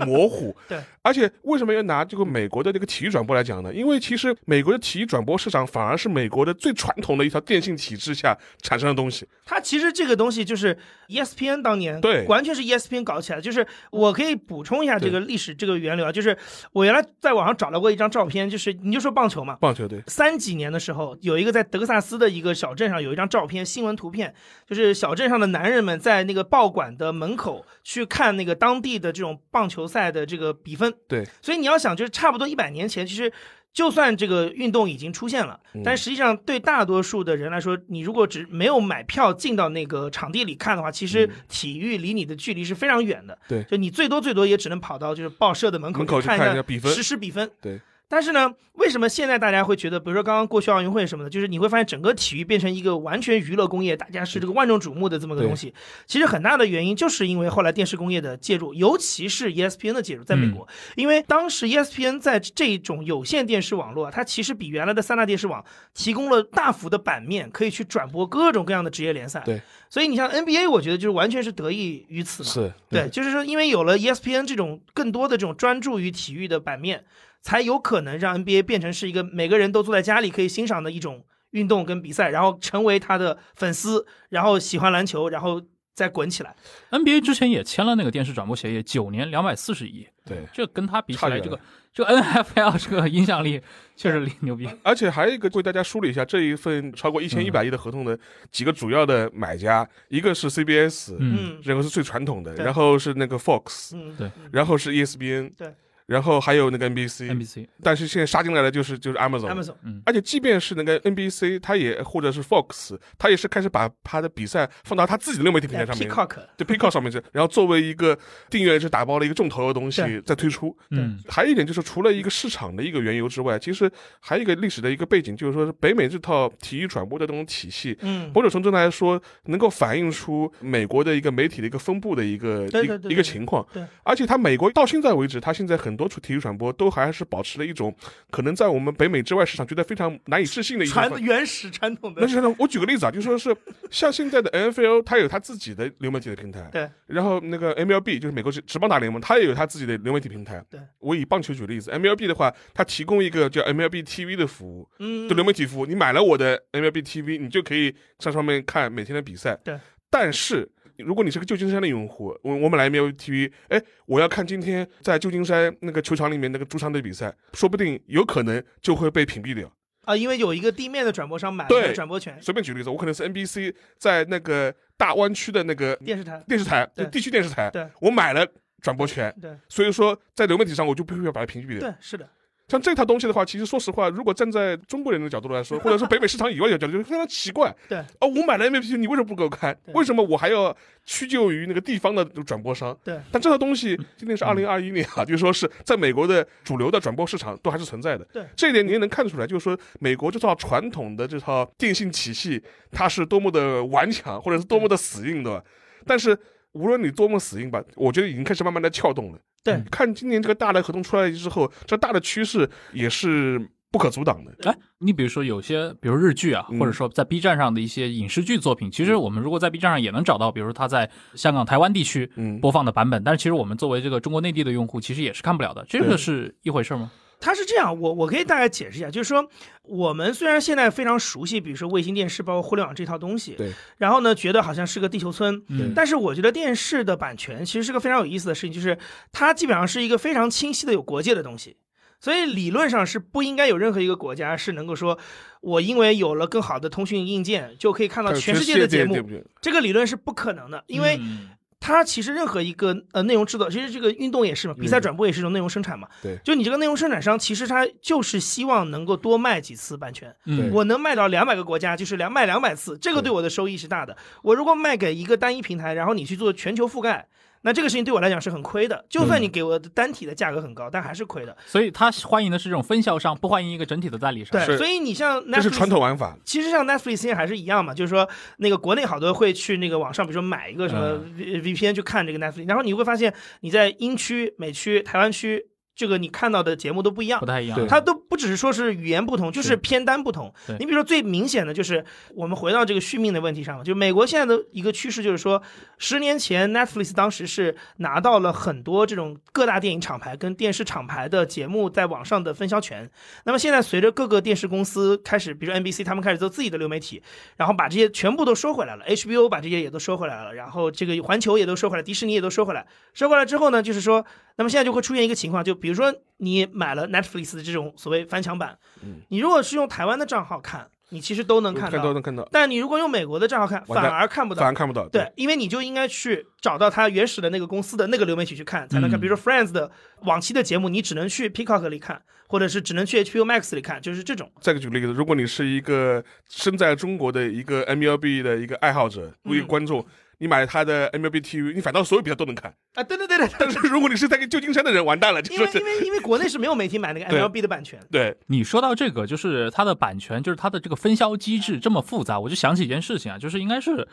Speaker 4: 模糊。
Speaker 3: 对，
Speaker 4: 而且为什么要拿这个美国的这个体育转播来讲呢？因为其实美国的体育转播市场反而是美国的最传统的一条电信体制下产生的东西。
Speaker 3: 它其实这个东西就是 E ESPN 当年
Speaker 4: 对
Speaker 3: 完全是 E ESPN 搞起来的。就是我可以补充一下这个历史这个源流啊，就是我原来在网上找到过一张照片，就是你就说棒球嘛，
Speaker 4: 棒球队，
Speaker 3: 三几年的时候，有一个在德克萨斯的一个小镇上有一张照片，新闻图片，就是小镇上的男人们在那个报馆的门口去看那个当地的这种棒球赛的这个比分。
Speaker 4: 对，
Speaker 3: 所以你要想，就是差不多一百年前，其实就算这个运动已经出现了，
Speaker 4: 嗯
Speaker 3: 但实际上对大多数的人来说，你如果只没有买票进到那个场地里看的话，其实体育离你的距离是非常远的。
Speaker 4: 嗯对
Speaker 3: 就你最多最多也只能跑到就是报社的门口
Speaker 4: 门口去
Speaker 3: 看
Speaker 4: 看一
Speaker 3: 一
Speaker 4: 下比分
Speaker 3: 实时比分。
Speaker 4: 对。
Speaker 3: 但是呢，为什么现在大家会觉得，比如说刚刚过去奥运会什么的，就是你会发现整个体育变成一个完全娱乐工业，大家是这个万众瞩目的这么个东西。其实很大的原因就是因为后来电视工业的介入，尤其是 E ESPN 的介入，在美国，因为当时 E ESPN 在这种有线电视网络啊，它其实比原来的三大电视网提供了大幅的版面，可以去转播各种各样的职业联赛。
Speaker 4: 对，
Speaker 3: 所以你像 NBA，我觉得就是完全是得益于此嘛。
Speaker 4: 嗯
Speaker 3: 对，就是说，因为有了 E ESPN 这种更多的这种专注于体育的版面，才有可能让 NBA 变成是一个每个人都坐在家里可以欣赏的一种运动跟比赛，然后成为他的粉丝，然后喜欢篮球，然后再滚起来。
Speaker 2: NBA 之前也签了那个电视转播协议，九年两百四十亿，
Speaker 4: 对。
Speaker 2: 这跟他比起
Speaker 4: 差
Speaker 2: 来，
Speaker 4: 远
Speaker 2: 这个
Speaker 4: 了
Speaker 2: 这个 NFL 这个影响力确实牛
Speaker 3: 嗯
Speaker 2: 逼。
Speaker 4: 而且还有一个，为大家梳理一下这一份超过一千一百亿的合同的几个主要的买家，一个是 CBS，、
Speaker 2: 嗯
Speaker 3: 嗯
Speaker 4: 然后是最传统的，
Speaker 3: 对
Speaker 4: 然后是那个 Fox，
Speaker 3: 嗯，
Speaker 2: 对
Speaker 4: 然后是 E ESPN，
Speaker 3: 对，
Speaker 4: 然后还有那个
Speaker 3: 嗯
Speaker 4: NBC，
Speaker 2: ，NBC，
Speaker 4: 但是现在杀进来的就是就是 Amazon。
Speaker 3: ，Amazon
Speaker 4: 而且，即便是那个 NBC，它也或者是 Fox，它也是开始把它的比赛放到它自己的流媒体平台
Speaker 3: 呃
Speaker 4: 上面，
Speaker 3: Peacock
Speaker 4: 对 Peacock 上面去，然后作为一个订阅制打包了一个重头的东西
Speaker 3: 对
Speaker 4: 再推出。
Speaker 2: 嗯
Speaker 4: 还有一点就是，除了一个市场的一个缘由之外，其实还有一个历史的一个背景，就是说是北美这套体育传播的这种体系，
Speaker 3: 嗯，
Speaker 4: 某种程度来说，能够反映出美国的一个媒体的一个分布的一个
Speaker 3: 对对
Speaker 4: 一个
Speaker 3: 对
Speaker 4: 一
Speaker 3: 对
Speaker 4: 个情况。
Speaker 3: 对
Speaker 4: 而且它美国到现在为止，它现在很很多体育传播都还是保持了一种可能在我们北美之外市场觉得非常难以置信的一种
Speaker 3: 传
Speaker 4: 方
Speaker 3: 原始传统的
Speaker 4: 那，是呢，我举个例子啊，就说是像现在的 NFL，它有它自己的流媒体的平台，
Speaker 3: 对。
Speaker 4: 然后那个 MLB 就是美国职职棒大联盟，它也有它自己的流媒体平台。
Speaker 3: 对，
Speaker 4: 我以棒球举例子，MLB 的话，它提供一个叫 MLB TV 的服务，
Speaker 3: 嗯
Speaker 4: 就流媒体服务，你买了我的 MLB TV，你就可以上上面看每天的比赛。
Speaker 3: 对，
Speaker 4: 但是。如果你是个旧金山的用户，我我买了 MLB TV，哎，我要看今天在旧金山那个球场里面那个主场的比赛，说不定有可能就会被屏蔽掉。
Speaker 3: 啊，因为有一个地面的转播商买了
Speaker 4: 对
Speaker 3: 个转播权，
Speaker 4: 随便举个例子，我可能是 NBC 在那个大湾区的那个
Speaker 3: 电视台，
Speaker 4: 电视台，就
Speaker 3: 对
Speaker 4: 地区电视台，
Speaker 3: 对
Speaker 4: 我买了转播权，
Speaker 3: 对
Speaker 4: 所以说在流媒体上我就必须要把它屏蔽掉。
Speaker 3: 对，是的，
Speaker 4: 像这套东西的话，其实说实话，如果站在中国人的角度来说，或者说北美市场以外的角度，就非常奇怪。
Speaker 3: 对
Speaker 4: 哦，我买了 MVP，你为什么不给我看？
Speaker 3: 对
Speaker 4: 为什么我还要屈就于那个地方的转播商？
Speaker 3: 对
Speaker 4: 但这套东西
Speaker 3: 嗯
Speaker 4: 今天是二零二一年啊， 就是说是在美国的主流的转播市场都还是存在的。
Speaker 3: 对
Speaker 4: 这一点你也能看出来，就是说美国这套传统的这套电信体系，它是多么的顽强，或者是多么的死硬，对吧？但是无论你多么死硬吧，我觉得已经开始慢慢的撬动了。
Speaker 3: 对
Speaker 4: 嗯，看今年这个大的合同出来之后，这大的趋势也是不可阻挡的。
Speaker 2: 哎，你比如说有些，比如日剧啊，
Speaker 4: 嗯
Speaker 2: 或者说在 B 站上的一些影视剧作品，其实我们如果在 B 站上也能找到，比如它在香港、台湾地区
Speaker 4: 嗯
Speaker 2: 播放的版本，但是其实我们作为这个中国内地的用户，其实也是看不了的，这
Speaker 4: 对
Speaker 2: 个是一回事吗？
Speaker 3: 它是这样，我我可以大概解释一下，就是说，我们虽然现在非常熟悉，比如说卫星电视，包括互联网这套东西，
Speaker 4: 对，
Speaker 3: 然后呢，觉得好像是个地球村，
Speaker 2: 嗯，
Speaker 3: 但是我觉得电视的版权其实是个非常有意思的事情，就是它基本上是一个非常清晰的有国界的东西，所以理论上是不应该有任何一个国家是能够说，我因为有了更好的通讯硬件，就可以看到
Speaker 4: 看
Speaker 3: 全世界的节
Speaker 4: 对
Speaker 3: 目，
Speaker 4: 不对
Speaker 3: 这个理论是不可能的，因为
Speaker 2: 嗯
Speaker 3: 它其实任何一个呃内容制作，其实这个运动也是嘛，比赛
Speaker 4: 嗯
Speaker 3: 转播也是一种内容生产嘛。
Speaker 4: 对
Speaker 3: 就你这个内容生产商，其实他就是希望能够多卖几次版权。
Speaker 2: 嗯
Speaker 3: 我能卖到两百个国家，就是两卖两百次，这个
Speaker 4: 对
Speaker 3: 对我的收益是大的。我如果卖给一个单一平台，然后你去做全球覆盖，那这个事情对我来讲是很亏的。就
Speaker 4: 嗯
Speaker 3: 算你给我的单体的价格很高，但还是亏的。
Speaker 2: 所以他欢迎的是这种分销商，不欢迎一个整体的代理商。
Speaker 3: 对，
Speaker 4: 是
Speaker 3: 所以你像
Speaker 4: 这是
Speaker 3: Netflix
Speaker 4: 传统玩法。
Speaker 3: 其实像 Netflix 现在还是一样嘛，就是说那个国内好多会去那个网上，比如说买一个什么 V- VPN 去看这个 Netflix，然后你会发现你在英区、美区、台湾区这个你看到的节目都不一样
Speaker 2: 不。太一样
Speaker 4: 对。
Speaker 3: 它都不只是说是语言不同，就是片单不同
Speaker 2: 对。
Speaker 3: 你比如说最明显的就是我们回到这个续命的问题上嘛，就美国现在的一个趋势就是说，十年前 Netflix 当时是拿到了很多这种各大电影厂牌跟电视厂牌的节目在网上的分销权，那么现在随着各个电视公司开始，比如说 NBC 他们开始做自己的流媒体，然后把这些全部都收回来了，HBO 把这些也都收回来了，然后这个环球也都收回来，迪士尼也都收回来。收回来之后呢，就是说，那么现在就会出现一个情况，就比如说你买了 Netflix 的这种所谓翻墙版，
Speaker 4: 嗯
Speaker 3: 你如果是用台湾的账号看，你其实都能看
Speaker 4: 看到
Speaker 3: 到，
Speaker 4: 能看到，
Speaker 3: 但你如果用美国的账号看，
Speaker 4: 完蛋
Speaker 3: 反而看不
Speaker 4: 反
Speaker 3: 到
Speaker 4: 而。看不到。
Speaker 3: 对，因为你就应该去找到它原始的那个公司的那个流媒体去看，才能
Speaker 2: 嗯
Speaker 3: 看。比如说 Friends 的往期的节目，你只能去 Peacock 里看，或者是只能去 HBO Max 里看，就是这种。
Speaker 4: 再举个例子，如果你是一个身在中国的一个 MLB 的一个爱好者，
Speaker 3: 嗯
Speaker 4: 一个观众，你买了他的 MLB TV，你反倒所有比赛都能看。
Speaker 3: 啊，对对对对，
Speaker 4: 但是如果你是在个旧金山的人，完蛋了，就
Speaker 3: 因
Speaker 4: 说
Speaker 3: 为
Speaker 4: 是
Speaker 3: 因为因为国内是没有媒体买那个
Speaker 4: 对
Speaker 3: MLB 的版权，
Speaker 4: 对，
Speaker 2: 你说到这个，就是它的版权，就是它的这个分销机制这么复杂，我就想起一件事情啊，就是应该是，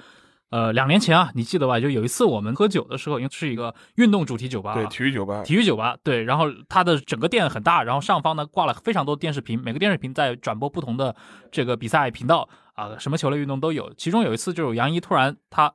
Speaker 2: 呃，两年前啊，你记得吧？就有一次我们喝酒的时候，因为是一个运动主题酒吧啊、
Speaker 4: 对，体育酒吧，
Speaker 2: 体育酒吧，对，然后它的整个店很大，然后上方呢挂了非常多电视屏，每个电视屏在转播不同的这个比赛频道啊，什么球类运动都有。其中有一次就是杨一突然他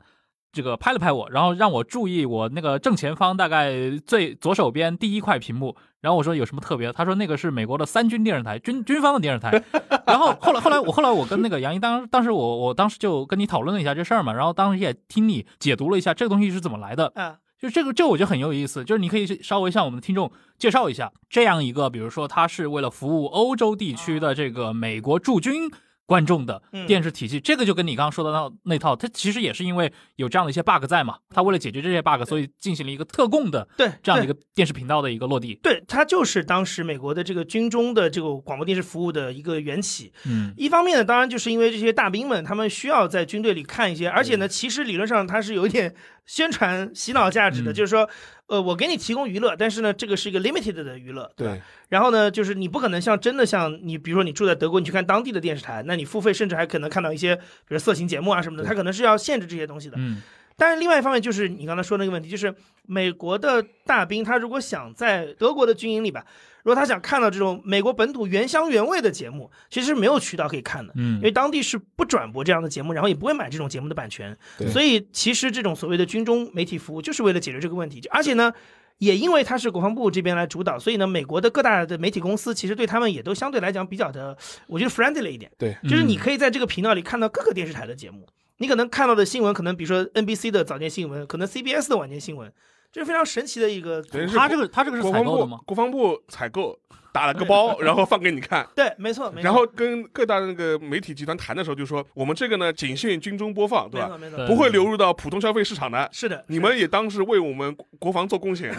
Speaker 2: 这个拍了拍我，然后让我注意我那个正前方大概最左手边第一块屏幕，然后我说有什么特别的，他说那个是美国的三军电视台，军 军方的电视台。然后后来后来我后来我跟那个杨一当当时我我当时就跟你讨论了一下这事儿嘛，然后当时也听你解读了一下这个东西是怎么来的，
Speaker 3: 啊，
Speaker 2: 就这个，这我觉得很有意思，就是你可以去稍微向我们的听众介绍一下这样一个，比如说它是为了服务欧洲地区的这个美国驻军观众的
Speaker 3: 哦嗯
Speaker 2: 电视体系。这个就跟你刚刚说的那那套，它其实也是因为有这样的一些 bug 在嘛，它为了解决这些 bug，所以进行了一个特供的
Speaker 3: 对，
Speaker 2: 这样的一
Speaker 3: 对。
Speaker 2: 个电视频道的一个落地。
Speaker 3: 对，它就是当时美国的这个军中的这个广播电视服务的一个缘起。
Speaker 2: 嗯
Speaker 3: 一方面呢，当然就是因为这些大兵们他们需要在军队里看一些，而且
Speaker 2: 嗯
Speaker 3: 呢，其实理论上它是有一点宣传洗脑价值的，
Speaker 2: 嗯
Speaker 3: 就是说，呃，我给你提供娱乐，但是呢，这个是一个 limited 的娱乐，吧
Speaker 4: 对，
Speaker 3: 然后呢，就是你不可能像真的像你，比如说你住在德国，你去看当地的电视台，那你付费甚至还可能看到一些，比如色情节目啊什么的，
Speaker 4: 对
Speaker 3: 它可能是要限制这些东西的。
Speaker 2: 嗯
Speaker 3: 当然，另外一方面就是你刚才说那个问题，就是美国的大兵他如果想在德国的军营里吧，如果他想看到这种美国本土原香原味的节目，其实是没有渠道可以看的，
Speaker 2: 嗯
Speaker 3: 因为当地是不转播这样的节目，然后也不会买这种节目的版权
Speaker 5: 对，
Speaker 3: 所以其实这种所谓的军中媒体服务就是为了解决这个问题，就而且呢。也因为它是国防部这边来主导，所以呢，美国的各大的媒体公司其实对他们也都相对来讲比较的，我觉得 friendly 一点。
Speaker 5: 对，
Speaker 3: 就是你可以在这个频道里看到各个电视台的节目，你可能看到的新闻，可能比如说 NBC 的早间新闻，可能 CBS 的晚间新闻，这是非常神奇的一个。
Speaker 4: 等于是
Speaker 2: 他这个他这个是
Speaker 4: 国
Speaker 2: 采
Speaker 4: 防
Speaker 2: 购的
Speaker 4: 部
Speaker 2: 吗？
Speaker 4: 国防部采购打了 个包，然后放给你看。
Speaker 3: 对，没错，没错。
Speaker 4: 然后跟各大那个媒体集团谈的时候，就说我们这个呢仅限军中播放，对
Speaker 3: 没
Speaker 4: 吧
Speaker 3: 错，？没
Speaker 2: 对
Speaker 3: 错，
Speaker 4: 不会流入到普通消费市场的。
Speaker 3: 是的，
Speaker 4: 你们也当是为我们国国防做贡 献，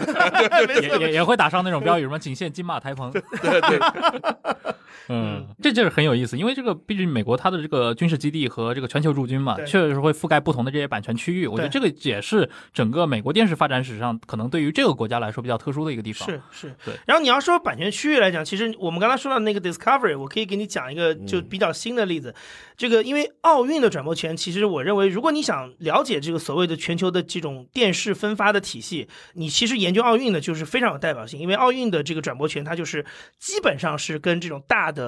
Speaker 3: 没
Speaker 2: 也
Speaker 3: 错，
Speaker 2: 也也会打上那种标语，什么仅限金马台棚。
Speaker 4: 对对，
Speaker 2: 嗯，这就是很有意思，因为这个毕竟美国它的这个军事基地和这个全球驻军嘛，
Speaker 3: 对
Speaker 2: 确实是会覆盖不同的这些版权区域。我觉得这个也是整个美国电视发展史上可能对于这个国家来说比较特殊的一个地方。
Speaker 3: 是是
Speaker 2: 对。
Speaker 3: 然后你要说版权区域来讲，其实我们刚才说到那个 Discovery，我可以给你讲一个就比较新的例子。这个因为奥运的转播权，其实我认为，如果你想了解这个所谓的全球的这种电视分发的体系，你其实研究奥运的就是非常有代表性，因为奥运的这个转播权，它就是基本上是跟这种大的。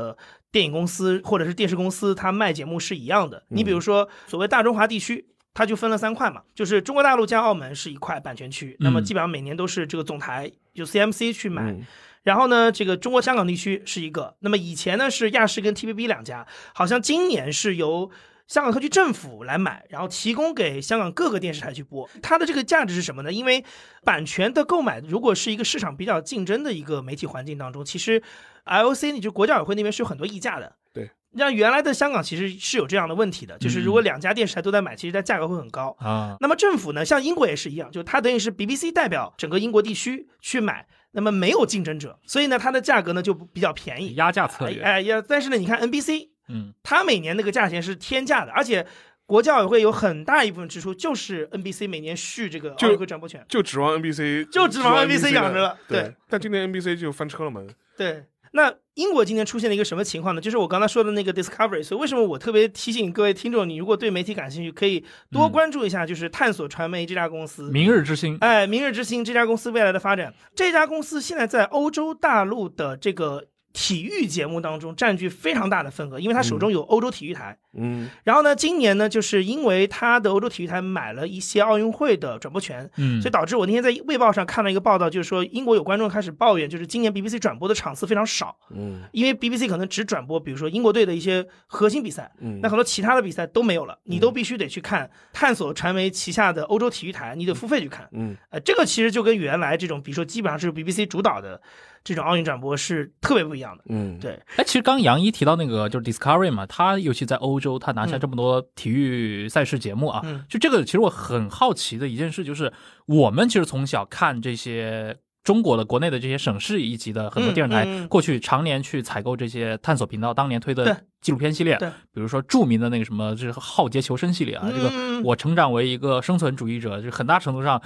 Speaker 3: 电影公司或者是电视公司，它卖节目是一样的。
Speaker 2: 嗯
Speaker 3: 你比如说，所谓大中华地区，它就分了三块嘛，就是中国大陆加澳门是一块版权区，那么
Speaker 2: 嗯
Speaker 3: 基本上每年都是这个总台就 CMC 去买。
Speaker 5: 嗯
Speaker 3: 然后呢，这个中国香港地区是一个，那么以前呢是亚视跟 TVB 两家，好像今年是由。香港特区政府来买，然后提供给香港各个电视台去播。它的这个价值是什么呢？因为版权的购买，如果是一个市场比较竞争的一个媒体环境当中，其实 IOC 你就国家委会那边是有很多议价的。
Speaker 5: 对，嗯
Speaker 3: 像原来的香港其实是有这样的问题的，就是如果两家电视台都在买，其实它价格会很高。
Speaker 2: 啊，
Speaker 3: 那么政府呢，像英国也是一样，就它等于是 BBC 代表整个英国地区去买，那么没有竞争者，所以呢，它的价格呢就比较便宜。
Speaker 2: 压价策
Speaker 3: 哎
Speaker 2: 略，
Speaker 3: 哎呀，但是呢，你看 NBC，
Speaker 2: 嗯，
Speaker 3: 它每年那个价钱是天价的，而且国家奥委会有很大一部分支出就是 NBC 每年续这个
Speaker 4: 就
Speaker 3: 奥委会转播权，
Speaker 4: 就指望 NBC，
Speaker 3: 就指望 NBC 养着
Speaker 4: 了。
Speaker 3: 了。对，
Speaker 4: 但今年 NBC 就翻车了嘛，
Speaker 3: 对。那英国今天出现了一个什么情况呢？就是我刚才说的那个 Discovery，所以为什么我特别提醒各位听众，你如果对媒体感兴趣，可以多
Speaker 2: 嗯
Speaker 3: 关注一下，就是探索传媒这家公司。
Speaker 2: 明日之星，
Speaker 3: 哎，明日之星这家公司未来的发展，这家公司现在在欧洲大陆的这个体育节目当中占据非常大的份额，因为它手中有欧洲体育台。
Speaker 5: 嗯，
Speaker 3: 然后呢，今年呢，就是因为它的欧洲体育台买了一些奥运会的转播权。
Speaker 2: 嗯
Speaker 3: 所以，导致我那天在卫报上看了一个报道，就是说英国有观众开始抱怨，就是今年 BBC 转播的场次非常少，
Speaker 5: 嗯
Speaker 3: 因为 BBC 可能只转播，比如说英国队的一些核心比赛，
Speaker 5: 嗯
Speaker 3: 那很多其他的比赛都没有了，你都必须得去看探索传媒旗下的欧洲体育台，你得付费去看。
Speaker 5: 嗯
Speaker 3: 呃，这个其实就跟原来这种，比如说基本上是 BBC 主导的这种奥运转播是特别不一样的。
Speaker 5: 嗯，
Speaker 3: 对
Speaker 2: 哎，其实刚杨一提到那个就是 Discovery 嘛，他尤其在欧洲，他拿下
Speaker 3: 嗯
Speaker 2: 这么多体育赛事节目啊，
Speaker 3: 嗯
Speaker 2: 就这个其实我很好奇的一件事就是，我们其实从小看这些。中国的国内的这些省市一级的很多电视台，
Speaker 3: 嗯嗯嗯
Speaker 2: 过去常年去采购这些探索频道当年推
Speaker 3: 对
Speaker 2: 的纪录片系列，
Speaker 3: 对
Speaker 2: 比如说著名的那个什么，就是《浩劫求生》系列啊，这个
Speaker 3: 嗯嗯嗯
Speaker 2: 我成长为一个生存主义者，就是很大程度 上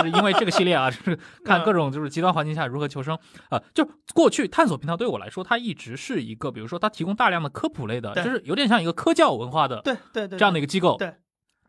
Speaker 2: 是因为这个系列啊，就是
Speaker 3: 嗯
Speaker 2: 看各种就是极端环境下如何求生啊、就过去探索频道对我来说，它一直是一个，比如说它提供大量的科普类的，
Speaker 3: 对
Speaker 2: 就是有点像一个科教文化的
Speaker 3: 对对对，
Speaker 2: 这样的一个机构。
Speaker 3: 对，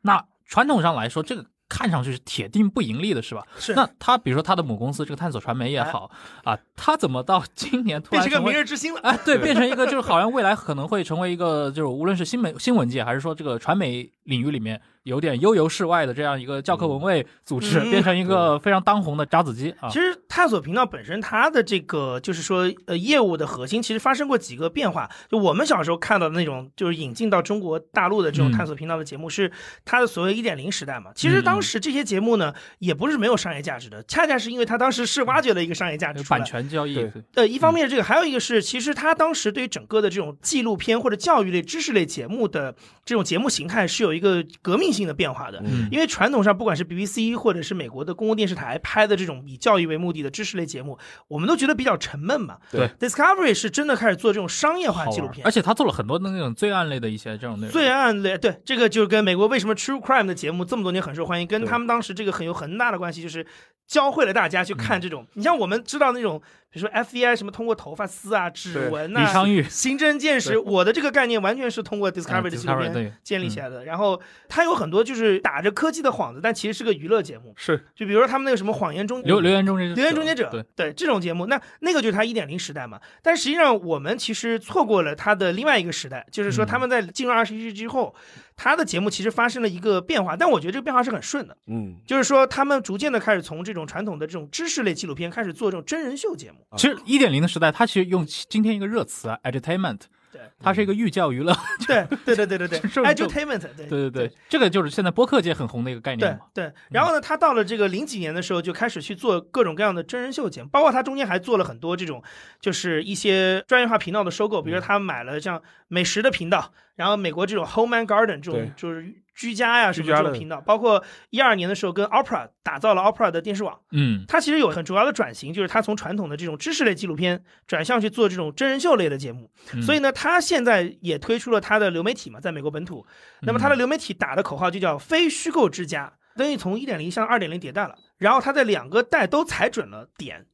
Speaker 2: 那传统上来说，这个看上去是铁定不盈利的，是吧？
Speaker 3: 是
Speaker 2: 那它比如说它的母公司这个探索传媒也好啊，它怎么到 今年突
Speaker 3: 哎
Speaker 2: 然
Speaker 3: 变成啊个
Speaker 2: 成为
Speaker 3: 明日之星了。
Speaker 2: 哎，对，变成一个就是好像未来可能会成为一个就是无论是新媒新闻界还是说这个传媒领域里面有点悠游世外的这样一个教科文卫组织，
Speaker 3: 嗯
Speaker 2: 变成一个非常当红的炸子鸡啊
Speaker 3: 其。实探索频道本身它的这个就是说呃业务的核心，其实发生过几个变化。就我们小时候看到的那种，就是引进到中国大陆的这种
Speaker 2: 嗯
Speaker 3: 探索频道的节目，是它的所谓一点零时代嘛。其实
Speaker 2: 嗯嗯
Speaker 3: 当时这些节目呢，也不是没有商业价值的，恰恰是因为它当时是挖掘了一个商业价值出来
Speaker 2: 版。权交易，
Speaker 4: 对
Speaker 3: 呃，一
Speaker 2: 嗯
Speaker 3: 方面是这个，还有一个是，其实他当时对于整个的这种纪录片或者教育类、知识类节目的这种节目形态是有一个革命性的变化的。
Speaker 2: 嗯
Speaker 3: 因为传统上，不管是 BBC 或者是美国的公共电视台拍的这种以教育为目的的知识类节目，我们都觉得比较沉闷嘛。
Speaker 5: 对
Speaker 3: ，Discovery 是真的开始做这种商业化
Speaker 2: 好
Speaker 3: 纪录
Speaker 2: 玩
Speaker 3: 片，
Speaker 2: 而且他做了很多的那种罪案类的一些这种内容。
Speaker 3: 罪案类，对，这个就跟美国为什么 True Crime 的节目这么多年很受欢迎，跟
Speaker 5: 对
Speaker 3: 他们当时这个很有很大的关系，就是教会了大家去看这种。你像我们知道那种，比如说 FBI 什么通过头发丝啊、指
Speaker 4: 对
Speaker 3: 纹
Speaker 2: 李
Speaker 3: 呐、
Speaker 2: 昌钰呃
Speaker 3: 刑侦见识，
Speaker 4: 对
Speaker 3: 我的这个概念完全是通过 Discovery 的纪录
Speaker 2: Discovery，
Speaker 3: 片
Speaker 2: 对
Speaker 3: 建立起来的。然后它有很多就是打着科技的幌子，但其实是个娱乐节目。
Speaker 4: 是
Speaker 3: 就比如说他们那个什么《谎言终结
Speaker 2: 留留言终结者，
Speaker 3: 留言终结者，
Speaker 2: 嗯对，
Speaker 3: 这种节目，那那个就是它一点零时代嘛。但实际上，我们其实错过了它的另外一个时代，就是说
Speaker 2: 嗯
Speaker 3: 他们在进入二十一世纪后，它的节目其实发生了一个变化，但我觉得这个变化是很顺的，
Speaker 4: 嗯，
Speaker 3: 就是说他们逐渐的开始从这种传统的这种知识类纪录片开始做这种真人秀节目。
Speaker 2: 啊其实一点零的时代，它其实用今天一个热词啊，entertainment，
Speaker 3: 对
Speaker 2: 它是一个寓教于乐，
Speaker 3: 对对对对 对对哎
Speaker 2: 这种
Speaker 3: ，entertainment，对
Speaker 2: 对对对，这个就是现在播客界很红的一个概念
Speaker 3: 对
Speaker 2: 嘛。
Speaker 3: 对，然后
Speaker 4: 嗯
Speaker 3: 呢，他到了这个零几年的时候，就开始去做各种各样的真人秀节目，包括他中间还做了很多这种，就是一些专业化频道的收购，比如
Speaker 4: 嗯
Speaker 3: 说他买了像美食的频道，然后美国这种 Home and Garden 这
Speaker 4: 对
Speaker 3: 种就是居家呀什么
Speaker 4: 居家
Speaker 3: 这
Speaker 4: 的
Speaker 3: 种频道，包括一二年的时候跟 Opera 打造了 Opera 的电视网，
Speaker 2: 嗯，
Speaker 3: 它其实有很主要的转型，就是它从传统的这种知识类纪录片转向去做这种真人秀类的节目，
Speaker 2: 嗯
Speaker 3: 所以呢，它现在也推出了它的流媒体嘛，在美国本土，那么它
Speaker 2: 嗯
Speaker 3: 的流媒体打的口号就叫“非虚构之家”，等于从一点零向二点零迭代了。然后它在两个代都踩准了点，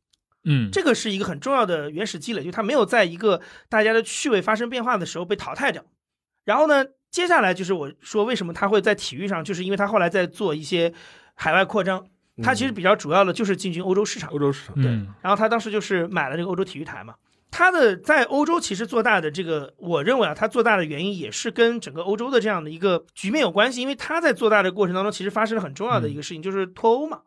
Speaker 2: 嗯，
Speaker 3: 这个是一个很重要的原始积累，就它没有在一个大家的趣味发生变化的时候被淘汰掉。然后呢，接下来就是我说为什么他会在体育上，就是因为他后来在做一些海外扩张，他其实比较主要的就是进军欧洲市场。
Speaker 4: 欧洲市场，
Speaker 3: 对
Speaker 2: 嗯，
Speaker 3: 然后他当时就是买了这个欧洲体育台嘛。他的在欧洲其实做大的这个，我认为啊，他做大的原因也是跟整个欧洲的这样的一个局面有关系，因为他在做大的过程当中，其实发生了很重要的一个事情，就是脱欧嘛。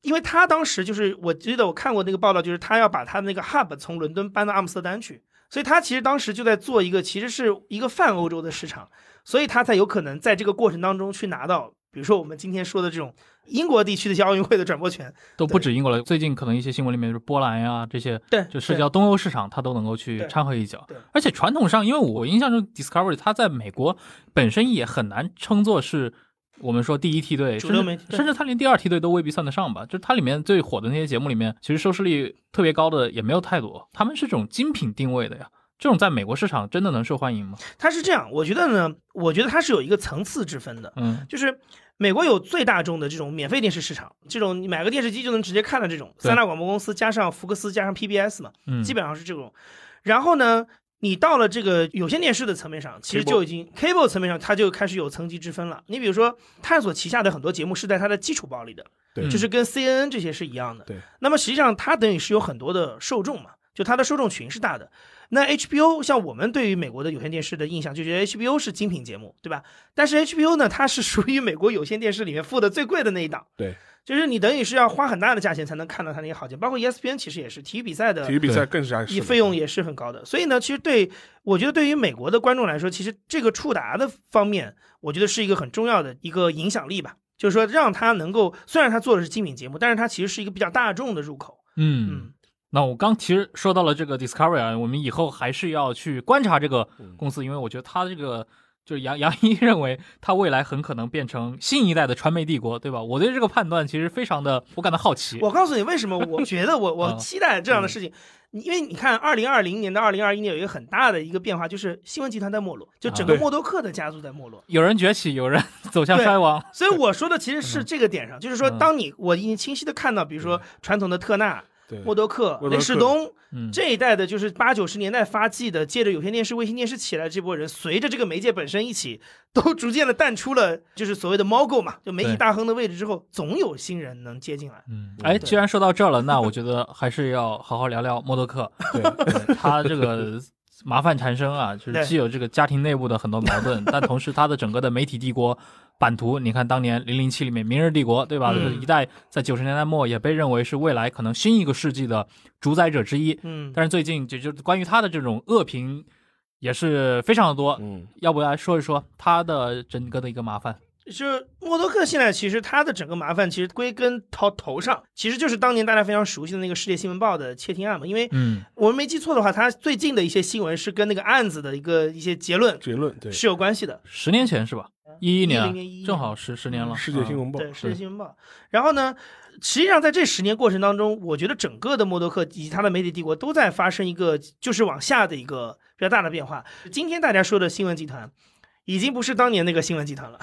Speaker 3: 因为他当时就是，我记得我看过那个报道，就是他要把他那个 hub 从伦敦搬到阿姆斯特丹去，所以他其实当时就在做一个，其实是一个泛欧洲的市场，所以他才有可能在这个过程当中去拿到，比如说我们今天说的这种英国地区的一些奥运会的转播权，
Speaker 2: 都不止英国了，最近可能一些新闻里面就是波兰呀这些，
Speaker 3: 对，
Speaker 2: 就涉
Speaker 3: 是
Speaker 2: 及到东欧市场，它都能够去
Speaker 3: 对
Speaker 2: 掺和一脚
Speaker 3: 对。
Speaker 2: 而且传统上，因为我印象中 Discovery 它在美国本身也很难称作是我们说第一梯队，
Speaker 3: 主
Speaker 2: 甚
Speaker 3: 流
Speaker 2: 至
Speaker 3: 媒体对
Speaker 2: 甚至它连第二梯队都未必算得上吧。就是它里面最火的那些节目里面，其实收视率特别高的也没有太多，他们是这种精品定位的呀。这种在美国市场真的能受欢迎吗？
Speaker 3: 它是这样，我觉得呢，我觉得它是有一个层次之分的，
Speaker 2: 嗯，
Speaker 3: 就是美国有最大众的这种免费电视市场，这种你买个电视机就能直接看的这种，
Speaker 2: 对
Speaker 3: 三大广播公司加上福克斯加上 PBS 嘛，
Speaker 2: 嗯
Speaker 3: 基本上是这种。然后呢，你到了这个有线电视的层面上，其实
Speaker 4: Cable
Speaker 3: 就已经 cable 层面上，它就开始有层级之分了。你比如说，探索旗下的很多节目是在它的基础包里的，
Speaker 4: 对
Speaker 3: 就是跟 CNN 这些是一样的。
Speaker 4: 对，
Speaker 3: 那么实际上它等于是有很多的受众嘛，就它的受众群是大的。那 HBO 像我们对于美国的有线电视的印象，就觉得 HBO 是精品节目，对吧？但是 HBO 呢，它是属于美国有线电视里面付的最贵的那一档。
Speaker 4: 对，
Speaker 3: 就是你等于是要花很大的价钱才能看到它那些好节目，包括 E ESPN 其实也是体育比赛的
Speaker 4: 体育比赛更是还是
Speaker 3: 嗯
Speaker 4: 嗯
Speaker 3: 以费用也是很高的。所以呢，其实对我觉得对于美国的观众来说，其实这个触达的方面，我觉得是一个很重要的一个影响力吧。就是说，让他能够，虽然他做的是精品节目，但是他其实是一个比较大众的入口。
Speaker 2: 嗯，
Speaker 3: 嗯，
Speaker 2: 那我刚其实说到了这个 Discovery 啊，我们以后还是要去观察这个公司，因为我觉得它这个就是杨杨一 认为它未来很可能变成新一代的传媒帝国，对吧？我对这个判断其实非常的，我感到好奇。
Speaker 3: 我告诉你为什么， 我觉得我
Speaker 2: 啊
Speaker 3: 我期待这样的事情，
Speaker 4: 嗯
Speaker 3: 因为你看，二零二零年到二零二一年有一个很大的一个变化，就是新闻集团在没落，就整
Speaker 4: 啊
Speaker 3: 个
Speaker 4: 对
Speaker 3: 默多克的家族在没落。
Speaker 2: 有人崛起，有人 走向衰亡，
Speaker 3: 所以我说的其实
Speaker 4: 嗯
Speaker 3: 是这个点上，就是说，当你我已经清晰的看到，比如说传统的特纳、
Speaker 4: 对
Speaker 3: 默多克、
Speaker 4: 默多克
Speaker 3: 雷士东
Speaker 2: 嗯
Speaker 3: 这一代的，就是八九十年代发迹的，借着有线电视、卫星电视起来的这波人，随着这个媒介本身一起，都逐渐的淡出了就是所谓的猫狗嘛，就媒体
Speaker 2: 对
Speaker 3: 大亨的位置之后，总有新人能接进来。
Speaker 2: 嗯，哎，既然说到这儿了，那我觉得还是要好好聊聊默多克，对他这个麻烦缠身啊，就是
Speaker 3: 对
Speaker 2: 既有这个家庭内部的很多矛盾，但同时他的整个的媒体帝国版图，你看当年《零零七》里面《明日帝国》，对吧？
Speaker 3: 嗯
Speaker 2: 这一代在九十年代末也被认为是未来可能新一个世纪的主宰者之一，
Speaker 3: 嗯，
Speaker 2: 但是最近就就关于他的这种恶评也是非常的多，
Speaker 4: 嗯，
Speaker 2: 要不来说一说他的整个的一个麻烦？
Speaker 3: 就是默多克现在其实他的整个麻烦，其实归根到头上，其实就是当年大家非常熟悉的那个《世界新闻报》的窃听案嘛，因为
Speaker 2: 嗯
Speaker 3: 我们没记错的话，他最近的一些新闻是跟那个案子的一个一些结论
Speaker 4: 结论对
Speaker 3: 是有关系的。
Speaker 2: 十年前是吧？一一年啊
Speaker 3: 11年11年
Speaker 2: 正好十十年了。
Speaker 4: 世界新
Speaker 2: 啊
Speaker 4: 闻报，
Speaker 3: 对，世界新闻报。然后呢，实际上在这十年过程当中，我觉得整个的默多克以及它的媒体帝国都在发生一个就是往下的一个比较大的变化。今天大家说的新闻集团，已经不是当年那个新闻集团了，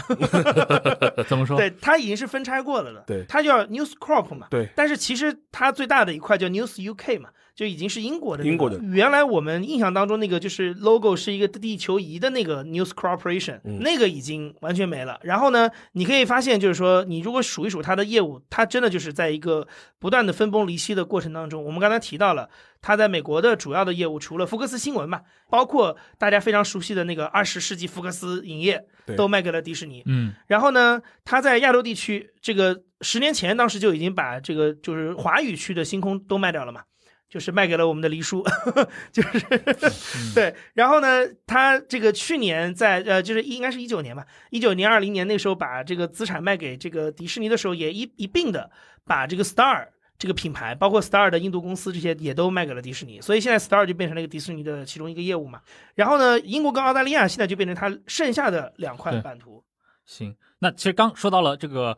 Speaker 2: 怎么说？
Speaker 3: 对，它已经是分拆过了的。
Speaker 4: 对
Speaker 3: 它叫 News Corp 嘛。
Speaker 4: 对
Speaker 3: 但是其实它最大的一块叫 News UK 嘛，就已经是英国的那个、
Speaker 4: 英国的
Speaker 3: 原来我们印象当中那个就是 logo 是一个地球仪的那个 News Corporation，、
Speaker 4: 嗯
Speaker 3: 那个已经完全没了。然后呢，你可以发现就是说，你如果数一数它的业务，它真的就是在一个不断的分崩离析的过程当中。我们刚才提到了。它在美国的主要的业务，除了福克斯新闻嘛，包括大家非常熟悉的那个二十世纪福克斯影业
Speaker 4: 对，
Speaker 3: 都卖给了迪士尼。
Speaker 2: 嗯
Speaker 3: 然后呢，他在亚洲地区，这个十年前当时就已经把这个就是华语区的星空都卖掉了嘛，就是卖给了我们的黎叔， 就是、 对。然后呢，他这个去年在呃，就是应该是一九年吧，一九年二零年那时候把这个资产卖给这个迪士尼的时候，也一一并的把这个 Star。这个品牌包括 Star 的印度公司这些也都卖给了迪士尼，所以现在 Star 就变成了一个迪士尼的其中一个业务嘛。然后呢，英国跟澳大利亚现在就变成它剩下的两块
Speaker 2: 对
Speaker 3: 版图。
Speaker 2: 行，那其实刚说到了这个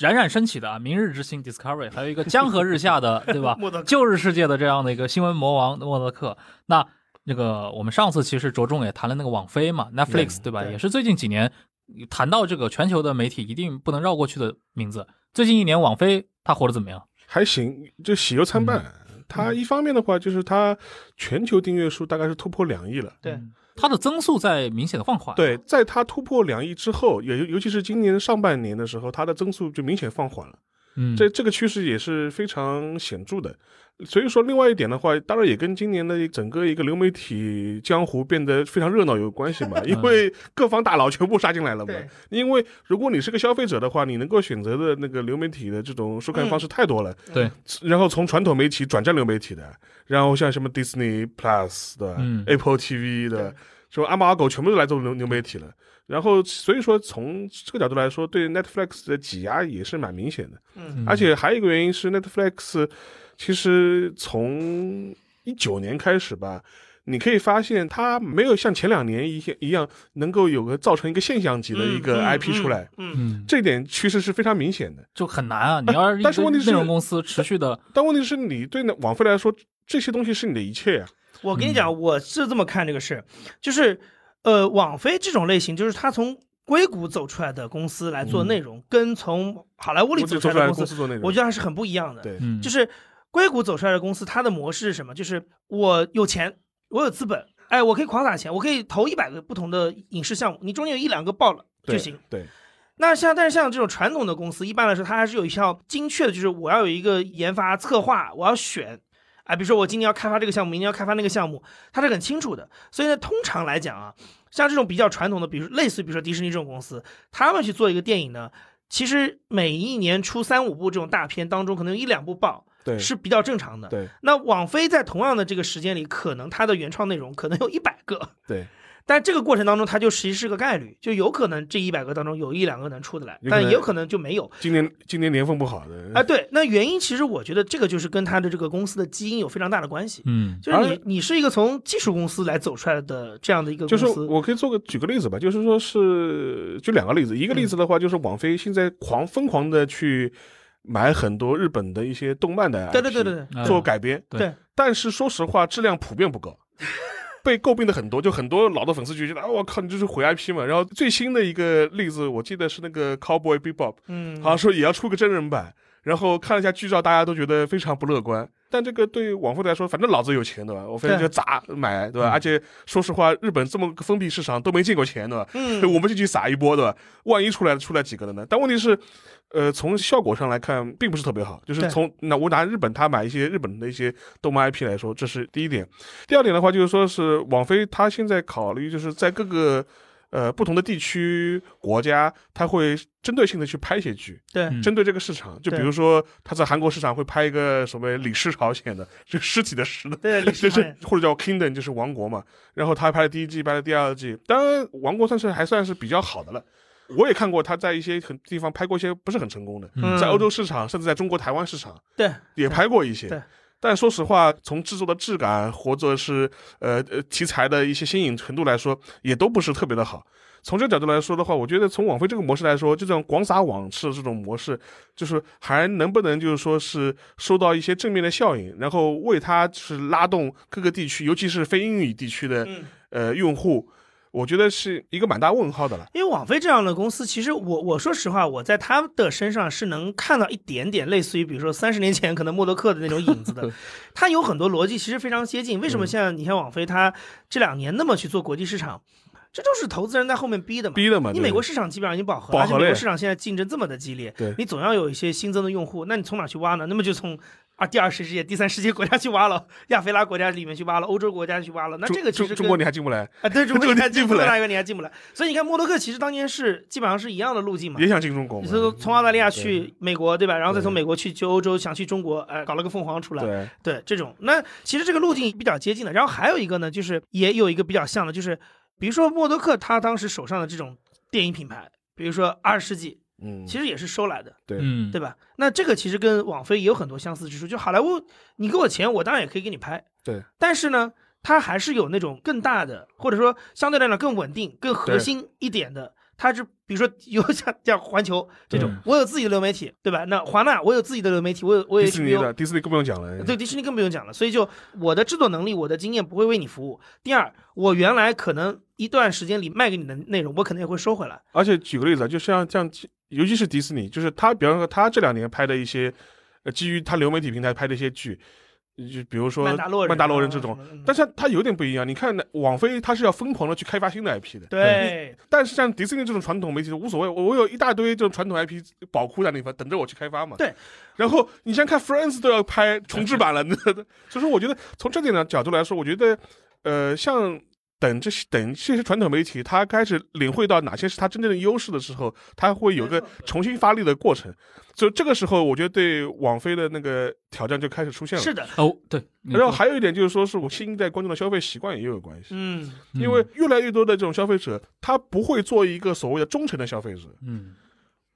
Speaker 2: 冉冉升起的啊，明日之星 Discovery，还有一个江河日下的，对吧？
Speaker 3: 莫德克
Speaker 2: 旧日世界的这样的一个新闻魔王默德克。那那个我们上次其实着重也谈了那个网飞嘛，Netflix 对吧？
Speaker 3: 对
Speaker 2: 也是最近几年谈到这个全球的媒体一定不能绕过去的名字。最近一年网飞它火的怎么样？
Speaker 4: 还行，就喜忧参半。
Speaker 5: 嗯
Speaker 4: 它一方面的话，就是它全球订阅数大概是突破两亿了。
Speaker 3: 对
Speaker 2: 嗯它的增速在明显的放缓。
Speaker 4: 对，在它突破两亿之后，也尤尤其是今年上半年的时候，它的增速就明显放缓了。
Speaker 2: 嗯，
Speaker 4: 这这个趋势也是非常显著的。所以说，另外一点的话，当然也跟今年的整个一个流媒体江湖变得非常热闹有关系嘛，因为各方大佬全部杀进来了嘛
Speaker 3: 对。
Speaker 4: 因为如果你是个消费者的话，你能够选择的那个流媒体的这种收看方式太多了。
Speaker 2: 对，
Speaker 4: 然后从传统媒体转战流媒体的，然后像什么 Disney Plus 的、
Speaker 2: 嗯
Speaker 4: Apple TV 的
Speaker 3: 对，
Speaker 4: 什么阿猫阿狗，全部都来做流流媒体了。然后，所以说从这个角度来说，对 Netflix 的挤压也是蛮明显的。
Speaker 3: 嗯
Speaker 4: 而且还有一个原因是 Netflix，其实从一九年开始吧，你可以发现它没有像前两年一样一样能够有个造成一个现象级的一个
Speaker 3: 嗯
Speaker 4: IP 出来，，
Speaker 3: 嗯，嗯
Speaker 2: 嗯，
Speaker 4: 这点趋势是非常明显的。
Speaker 2: 就很难啊！你要一
Speaker 4: 但是
Speaker 2: 个
Speaker 4: 问题是
Speaker 2: 内容公司持续的，
Speaker 4: 但问题是你对那网飞来说，这些东西是你的一切啊。
Speaker 3: 我跟你讲，我是这么看这个事，就是呃，网飞这种类型，就是它从硅谷走出来的公司来做内容，跟从好莱坞
Speaker 4: 嗯我
Speaker 3: 里走
Speaker 4: 只做
Speaker 3: 出
Speaker 4: 出
Speaker 3: 来
Speaker 4: 来
Speaker 3: 的
Speaker 4: 的
Speaker 3: 公
Speaker 4: 公
Speaker 3: 司，
Speaker 4: 司做内容，
Speaker 3: 我觉得还是很不一样的。
Speaker 4: 对
Speaker 2: 嗯，
Speaker 3: 就是硅谷走出来的公司，它的模式是什么？就是我有钱，我有资本，哎，我可以狂撒钱，我可以投一百个不同的影视项目，你中间有一两个爆了就
Speaker 4: 对
Speaker 3: 行。。
Speaker 4: 对，
Speaker 3: 那像但是像这种传统的公司，一般来说它还是有一项精确的，就是我要有一个研发策划，我要选。啊，比如说我今年要开发这个项目，明年要开发那个项目，它是很清楚的。所以呢，通常来讲啊，像这种比较传统的，比如类似于比如说迪士尼这种公司，他们去做一个电影呢，其实每一年出三五部这种大片当中，可能有一两部爆
Speaker 4: 对，
Speaker 3: 是比较正常的。
Speaker 4: 对，
Speaker 3: 那网飞在同样的这个时间里，可能它的原创内容可能有一百个，
Speaker 4: 对，
Speaker 3: 但这个过程当中，它就其实是个概率，就有可能这一百个当中有一两个能出得来，
Speaker 4: 有可
Speaker 3: 但
Speaker 4: 能嗯
Speaker 3: 也有可能就没有
Speaker 4: 今年今年年份不好的
Speaker 3: 啊、，对，那原因其实我觉得这个就是跟它的这个公司的基因有非常大的关系，
Speaker 2: 嗯
Speaker 3: 就是
Speaker 4: 而
Speaker 3: 你你是一个从技术公司来走出来的这样的一个
Speaker 4: 就
Speaker 3: 公
Speaker 4: 是
Speaker 3: 司，
Speaker 4: 我可以做个举个例子吧，就是说是就两个例子，一个
Speaker 3: 嗯
Speaker 4: 例子的话就是网飞现在狂疯狂的去买很多日本的一些动漫的 IP,
Speaker 3: 对对对对对
Speaker 2: 嗯
Speaker 4: 做改编，
Speaker 2: 对
Speaker 3: 对
Speaker 4: 但是说实话质量普遍 不高。被诟病的很多，就很多老的粉丝就觉得啊，我靠，你这是毁 IP 嘛。然后最新的一个例子，我记得是那个 Cowboy Bebop，
Speaker 3: 嗯，
Speaker 4: 好像说也要出个真人版，然后看了一下剧照，大家都觉得非常不乐观。但这个对网飞来说，反正老子有钱，对吧？我反正就砸买，对
Speaker 3: 嗯
Speaker 4: 吧？而且说实话，日本这么个封闭市场都没见过钱，对吧？
Speaker 3: 嗯，
Speaker 4: 我们就去撒一波，对吧？万一出来出来几个的呢？但问题是，呃，从效果上来看，并不是特别好。就是
Speaker 3: 对
Speaker 4: 从那我拿日本他买一些日本的一些动漫 IP 来说，这是第一点。第二点的话，就是说是网飞它现在考虑就是在各个呃不同的地区国家，它会针对性的去拍一些剧。
Speaker 3: 对
Speaker 2: 嗯
Speaker 4: 针对这个市场，就比
Speaker 3: 对
Speaker 4: 如说他在韩国市场会拍一个什么李氏朝鲜的， 这个尸体的尸的，
Speaker 3: 对，李世
Speaker 4: 就
Speaker 3: 民
Speaker 2: 哎
Speaker 4: 是或者叫 Kingdom，就是王国嘛。然后他拍了第一季，拍了第二季，当然王国算是还算是比较好的了。我也看过他在一些很地方拍过一些不是很成功的，
Speaker 2: 嗯
Speaker 4: 在欧洲市场，甚至在中国台湾市场
Speaker 3: 对
Speaker 4: 也拍过一
Speaker 3: 对
Speaker 4: 些。但说实话，从制作的质感或者是呃呃题材的一些新颖程度来说，也都不是特别的好。从这个角度来说的话，我觉得从网飞这个模式来说，这种广撒网式的这种模式，就是还能不能就是说是收到一些正面的效应，然后为它就是拉动各个地区，尤其是非英语地区的
Speaker 3: 嗯
Speaker 4: 呃用户我觉得是一个蛮大问号的了。
Speaker 3: 因为网飞这样的公司，其实我我说实话，我在他的身上是能看到一点点类似于，比如说三十年前可能默多克的那种影 子的。它有很多逻辑其实非常接近。为
Speaker 4: 嗯
Speaker 3: 什么现在你看网飞，它这两年那么去做国际市场，这都是投资人在后面逼的嘛。
Speaker 4: 逼的嘛，
Speaker 3: 嗯你
Speaker 4: 对
Speaker 3: 美国市场基本上已经饱和
Speaker 4: 饱
Speaker 3: 了，
Speaker 4: 和
Speaker 3: 而且美
Speaker 4: 了
Speaker 3: 国市场现在竞争这么的激烈
Speaker 4: 对，
Speaker 3: 你总要有一些新增的用户，那你从哪去挖呢？那么就从啊第二十世界、第三世界国家去挖了，亚非拉国家里面去挖了，欧洲国家去挖了，那
Speaker 4: 中
Speaker 3: 这个其
Speaker 4: 中
Speaker 3: 实
Speaker 4: 中国
Speaker 3: 跟
Speaker 4: 你还进不来，
Speaker 3: 啊， 对，中国
Speaker 4: 中国
Speaker 3: 你
Speaker 4: 你
Speaker 3: 还
Speaker 4: 进
Speaker 3: 进
Speaker 4: 不
Speaker 3: 不
Speaker 4: 来
Speaker 3: 来，你还进不来。所以你看默多克其实当年是基本上是一样的路径嘛
Speaker 4: 也。想进中国
Speaker 3: 你
Speaker 4: 嘛。
Speaker 3: 是说从澳大利亚去美国，对吧？然后再
Speaker 4: 对
Speaker 3: 从美国去去欧洲，想去中国，呃，搞了个凤凰出来，
Speaker 4: 对，
Speaker 3: 对这种。那其实这个路径比较接近的。然后还有一个呢，就是也有一个比较像的，就是比如说默多克他当时手上的这种电影品牌，比如说二十世纪，
Speaker 4: 嗯，
Speaker 3: 其实也是收来的，
Speaker 4: 对
Speaker 2: 嗯，
Speaker 3: 对吧？那这个其实跟网飞也有很多相似之处。就好莱坞，你给我钱，我当然也可以给你拍，
Speaker 4: 对，
Speaker 3: 但是呢，它还是有那种更大的，或者说相对来讲更稳定、更核心一点的。它是比如说有像像环球这种
Speaker 4: 嗯
Speaker 2: 对，
Speaker 3: 我有自己的流媒体，对吧？那华纳我有自己的流媒体，我有我有
Speaker 4: 迪士尼
Speaker 3: HBO，
Speaker 4: 的迪士尼更不用讲了。
Speaker 3: 对迪士尼更不用讲了。所以就我的制作能力、我的经验不会为你服务。第二，我原来可能一段时间里卖给你的内容，我可能也会收回来。
Speaker 4: 而且举个例子啊，就像像，尤其是迪士尼，就是他，比方说他这两年拍的一些，呃，基于他流媒体平台拍的一些剧，就比如说
Speaker 3: 曼达洛人啊、
Speaker 4: 曼达洛人这种，
Speaker 3: 什么的，嗯
Speaker 4: 但是它有点不一样。你看网飞，它是要疯狂的去开发新的 IP 的，
Speaker 3: 对
Speaker 4: 但是像迪士尼这种传统媒体无所谓，我我有一大堆这种传统 IP 宝库在那地方等着我去开发嘛。
Speaker 3: 对。
Speaker 4: 然后你像看 Friends 都要拍重制版了， 那所以说我觉得从这点的角度来说，我觉得呃，像等这些等这些传统媒体，它开始领会到哪些是它真正的优势的时候，它会有个重新发力的过程。所以这个时候，我觉得对网飞的那个挑战就开始出现了。
Speaker 3: 是的，
Speaker 2: 哦，对，你
Speaker 4: 然后
Speaker 2: 说
Speaker 4: 还有一点就是说，是我新一代观众的消费习惯也有关系。
Speaker 3: 嗯，
Speaker 4: 因为越来越多的这种消费者，他不会做一个所谓的忠诚的消费者，
Speaker 2: 嗯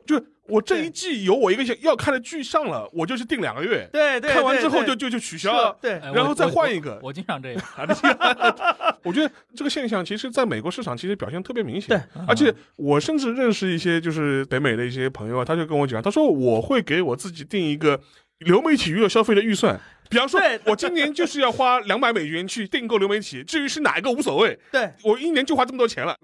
Speaker 4: 就我这
Speaker 3: 对
Speaker 4: 一季有我一个想要看的剧上了，我就去订两个月，
Speaker 3: 对对，
Speaker 4: 看完
Speaker 3: 对
Speaker 4: 之后
Speaker 3: 对
Speaker 4: 就就就取
Speaker 3: 是
Speaker 4: 消。
Speaker 3: 对
Speaker 2: 哎，
Speaker 4: 然
Speaker 2: 我
Speaker 4: 后再
Speaker 2: 我
Speaker 4: 换
Speaker 2: 我
Speaker 4: 一个
Speaker 2: 我经常这样，
Speaker 3: 啊
Speaker 4: 我觉得这个现象其实在美国市场其实表现特别明显。
Speaker 3: 对啊
Speaker 4: 而且我甚至认识一些就是北美的一些朋友啊，他就跟我讲，他说我会给我自己定一个流媒体娱乐消费的预算。比方说
Speaker 3: 对，
Speaker 4: 我今年就是要花两百美元去订购流媒体，至于是哪一个无所谓，
Speaker 3: 对，
Speaker 4: 我一年就花这么多钱了。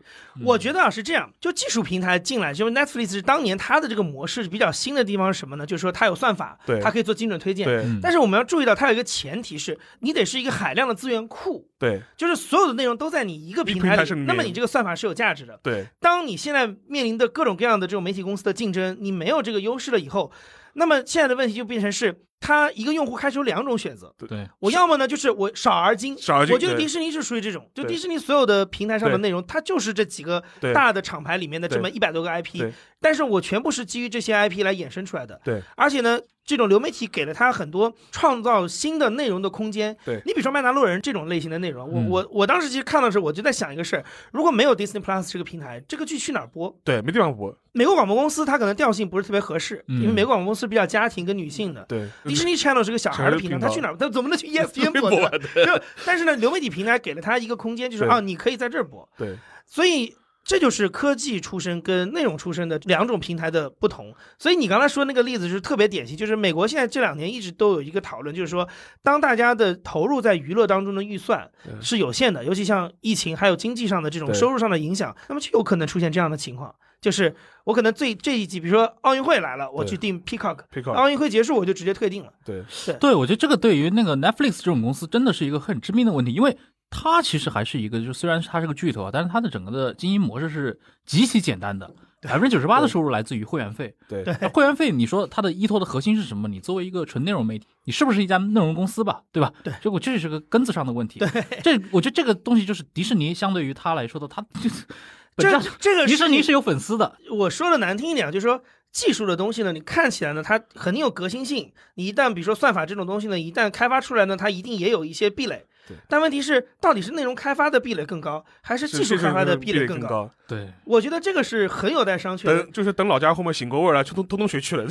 Speaker 3: 我觉得啊是这样，就技术平台进来，就是 Netflix 是当年它的这个模式比较新的地方是什么呢？就是说它有算法
Speaker 4: 对，
Speaker 3: 它可以做精准推荐。
Speaker 4: 对
Speaker 2: 嗯
Speaker 3: 但是我们要注意到，它有一个前提是你得是一个海量的资源库，
Speaker 4: 对
Speaker 3: 就是所有的内容都在你一个平
Speaker 4: 一平
Speaker 3: 台
Speaker 4: 台
Speaker 3: 里
Speaker 4: 上面，
Speaker 3: 那么你这个算法是有价值的。
Speaker 4: 对，
Speaker 3: 当你现在面临的各种各样的这种媒体公司的竞争，你没有这个优势了以后，那么现在的问题就变成是，它一个用户开始有两种选择。
Speaker 2: 对，
Speaker 3: 我要么呢，就是我少而精，
Speaker 4: 少而精
Speaker 3: 我觉得
Speaker 4: 对
Speaker 3: 迪士尼是属于这种，就
Speaker 4: 对
Speaker 3: 迪士尼所有的平台上的
Speaker 4: 对
Speaker 3: 内容，它就是这几个
Speaker 4: 对
Speaker 3: 大的厂牌里面的这么一百多个
Speaker 4: 对
Speaker 3: IP，但是我全部是基于这些 IP 来衍生出来的。
Speaker 4: 对，
Speaker 3: 而且呢，这种流媒体给了它很多创造新的内容的空间。
Speaker 4: 对
Speaker 3: 你比如说《曼达洛人》这种类型的内容，我、
Speaker 2: 嗯
Speaker 3: 我我当时其实看到的时候，我就在想一个事儿：如果没有 Disney Plus 这个平台，这个剧去哪儿播？
Speaker 4: 对，没地方播。
Speaker 3: 美国广播公司它可能调性不是特别合适，
Speaker 2: 嗯
Speaker 3: 因为美国广播公司比较家庭跟女性的。
Speaker 4: 对，
Speaker 3: 迪士尼 Channel 是个小孩儿的频道，
Speaker 4: 小孩儿的频道
Speaker 3: 他去哪儿，他怎么能去 E ESPN
Speaker 4: 没
Speaker 3: 播
Speaker 4: 播
Speaker 3: 对吧？ 就但是呢，流媒体平台给了他一个空间，就是
Speaker 4: 对
Speaker 3: 啊，你可以在这儿播，
Speaker 4: 对
Speaker 3: 所以这就是科技出身跟内容出身的两种平台的不同。所以你刚才说那个例子是特别典型，就是美国现在这两年一直都有一个讨论，就是说，当大家的投入在娱乐当中的预算
Speaker 4: 对
Speaker 3: 是有限的，尤其像疫情还有经济上的这种
Speaker 4: 对
Speaker 3: 收入上的影响，那么就有可能出现这样的情况，就是我可能最这一季，比如说奥运会来了，我
Speaker 4: 对
Speaker 3: 去订 Peacock。
Speaker 4: ，Pico，
Speaker 3: 奥运会结束，我就直接退订了。
Speaker 4: 对
Speaker 2: 对，我觉得这个对于那个 Netflix 这种公司真的是一个很致命的问题，因为它其实还是一个，就虽然它是个巨头啊，但是它的整个的经营模式是极其简单的，百分之九十八的收入来自于会员费。
Speaker 4: 对
Speaker 2: 那会员费，你说它的依托的核心是什么？你作为一个纯内容媒体，你是不是一家内容公司吧？对吧？
Speaker 3: 对，
Speaker 2: 结果这是个根子上的问题。对，这我觉得这个东西就是迪士尼相对于它来说的，它 就是本质
Speaker 3: 这
Speaker 2: 上
Speaker 3: 这个
Speaker 2: 迪士
Speaker 3: 事
Speaker 2: 尼
Speaker 3: 情
Speaker 2: 是有粉丝的，
Speaker 3: 我说的难听一点，就是说技术的东西呢，你看起来呢，它肯定有革新性。你一旦比如说算法这种东西呢，一旦开发出来呢，它一定也有一些壁垒
Speaker 4: 对。
Speaker 3: 但问题是，到底是内容开发的壁垒更高，还是技术开发的
Speaker 4: 壁
Speaker 3: 壁
Speaker 4: 垒
Speaker 3: 垒更高？
Speaker 4: 高。
Speaker 2: 对，
Speaker 3: 我觉得这个是很有待商榷的
Speaker 4: 等。就是等老家后面醒过味儿来，去东东东学去了。
Speaker 3: 对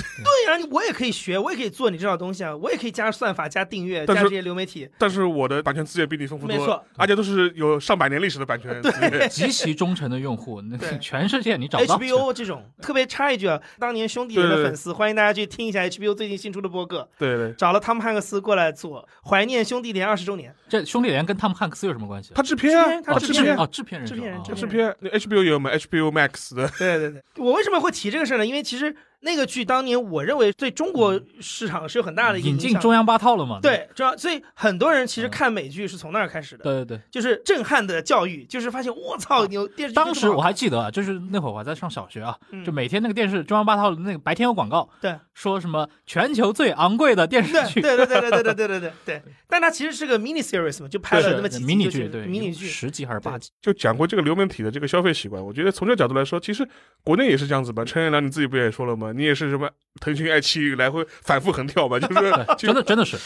Speaker 3: 呀、你我也可以学，我也可以做你这套东西啊，我也可以加算法、加订阅、
Speaker 4: 但
Speaker 3: 加
Speaker 4: 是
Speaker 3: 这些流媒体。
Speaker 4: 但是我的版权资源比你丰富多，
Speaker 3: 没错，
Speaker 4: 而且都是有上百年历史的版权资 源。
Speaker 2: 极其忠诚的用户，那
Speaker 3: 对
Speaker 2: 全世界你找不到
Speaker 3: HBO 这种特别插一句啊，当年兄弟连
Speaker 4: 对
Speaker 3: 的
Speaker 4: 对对
Speaker 3: 粉丝，欢迎大家去听一下 HBO 最近新出的播客，
Speaker 4: 对对，
Speaker 3: 找了汤姆汉克斯过来做，怀念兄弟连二十周年。
Speaker 2: 这且兄弟连跟汤姆汉克斯有什么关系？
Speaker 4: 他制片啊，
Speaker 3: 他
Speaker 4: 他制
Speaker 3: 制片
Speaker 4: 片，
Speaker 2: 哦，制片人是吧，
Speaker 3: 制片人
Speaker 2: 哦
Speaker 4: 他
Speaker 3: 制
Speaker 4: 制片。那 HBO 也有买 HBO Max 的，
Speaker 3: 对对对， 我为什么会提这个事儿呢？因为其实那个剧当年我认为对中国市场是有很大的一
Speaker 2: 嗯
Speaker 3: 个
Speaker 2: 引进
Speaker 3: 响
Speaker 2: 中央八套了嘛？
Speaker 3: 对，主要所以很多人其实看美剧是从那儿开始
Speaker 2: 嗯
Speaker 3: 的，
Speaker 2: 对对对，
Speaker 3: 就是震撼的教育，就是发现我操，你有电视剧
Speaker 2: 当
Speaker 3: 这
Speaker 2: 时
Speaker 3: 么好
Speaker 2: 我还记得啊，就是那会儿我还在上小学啊，
Speaker 3: 嗯
Speaker 2: 就每天那个电视中央八套那个白天有广告，
Speaker 3: 对，
Speaker 2: 说什么全球最昂贵的电视
Speaker 3: 对
Speaker 2: 剧，
Speaker 3: 对对对对对对对对对 对，但它其实是个 mini series 嘛，就拍了那么
Speaker 2: 是
Speaker 3: 几集
Speaker 2: 迷你
Speaker 3: 就是
Speaker 2: 剧，对，
Speaker 3: 迷你剧，
Speaker 2: 十集还是八集？
Speaker 4: 就讲过这个流媒体的这个消费习惯。我觉得从这角度来说，其实国内也是这样子吧。陈彦良你自己不也说了吗？你也是什么腾讯、爱奇艺来回反复横跳吧，就是
Speaker 2: 对，
Speaker 4: 就
Speaker 2: 真的真的是，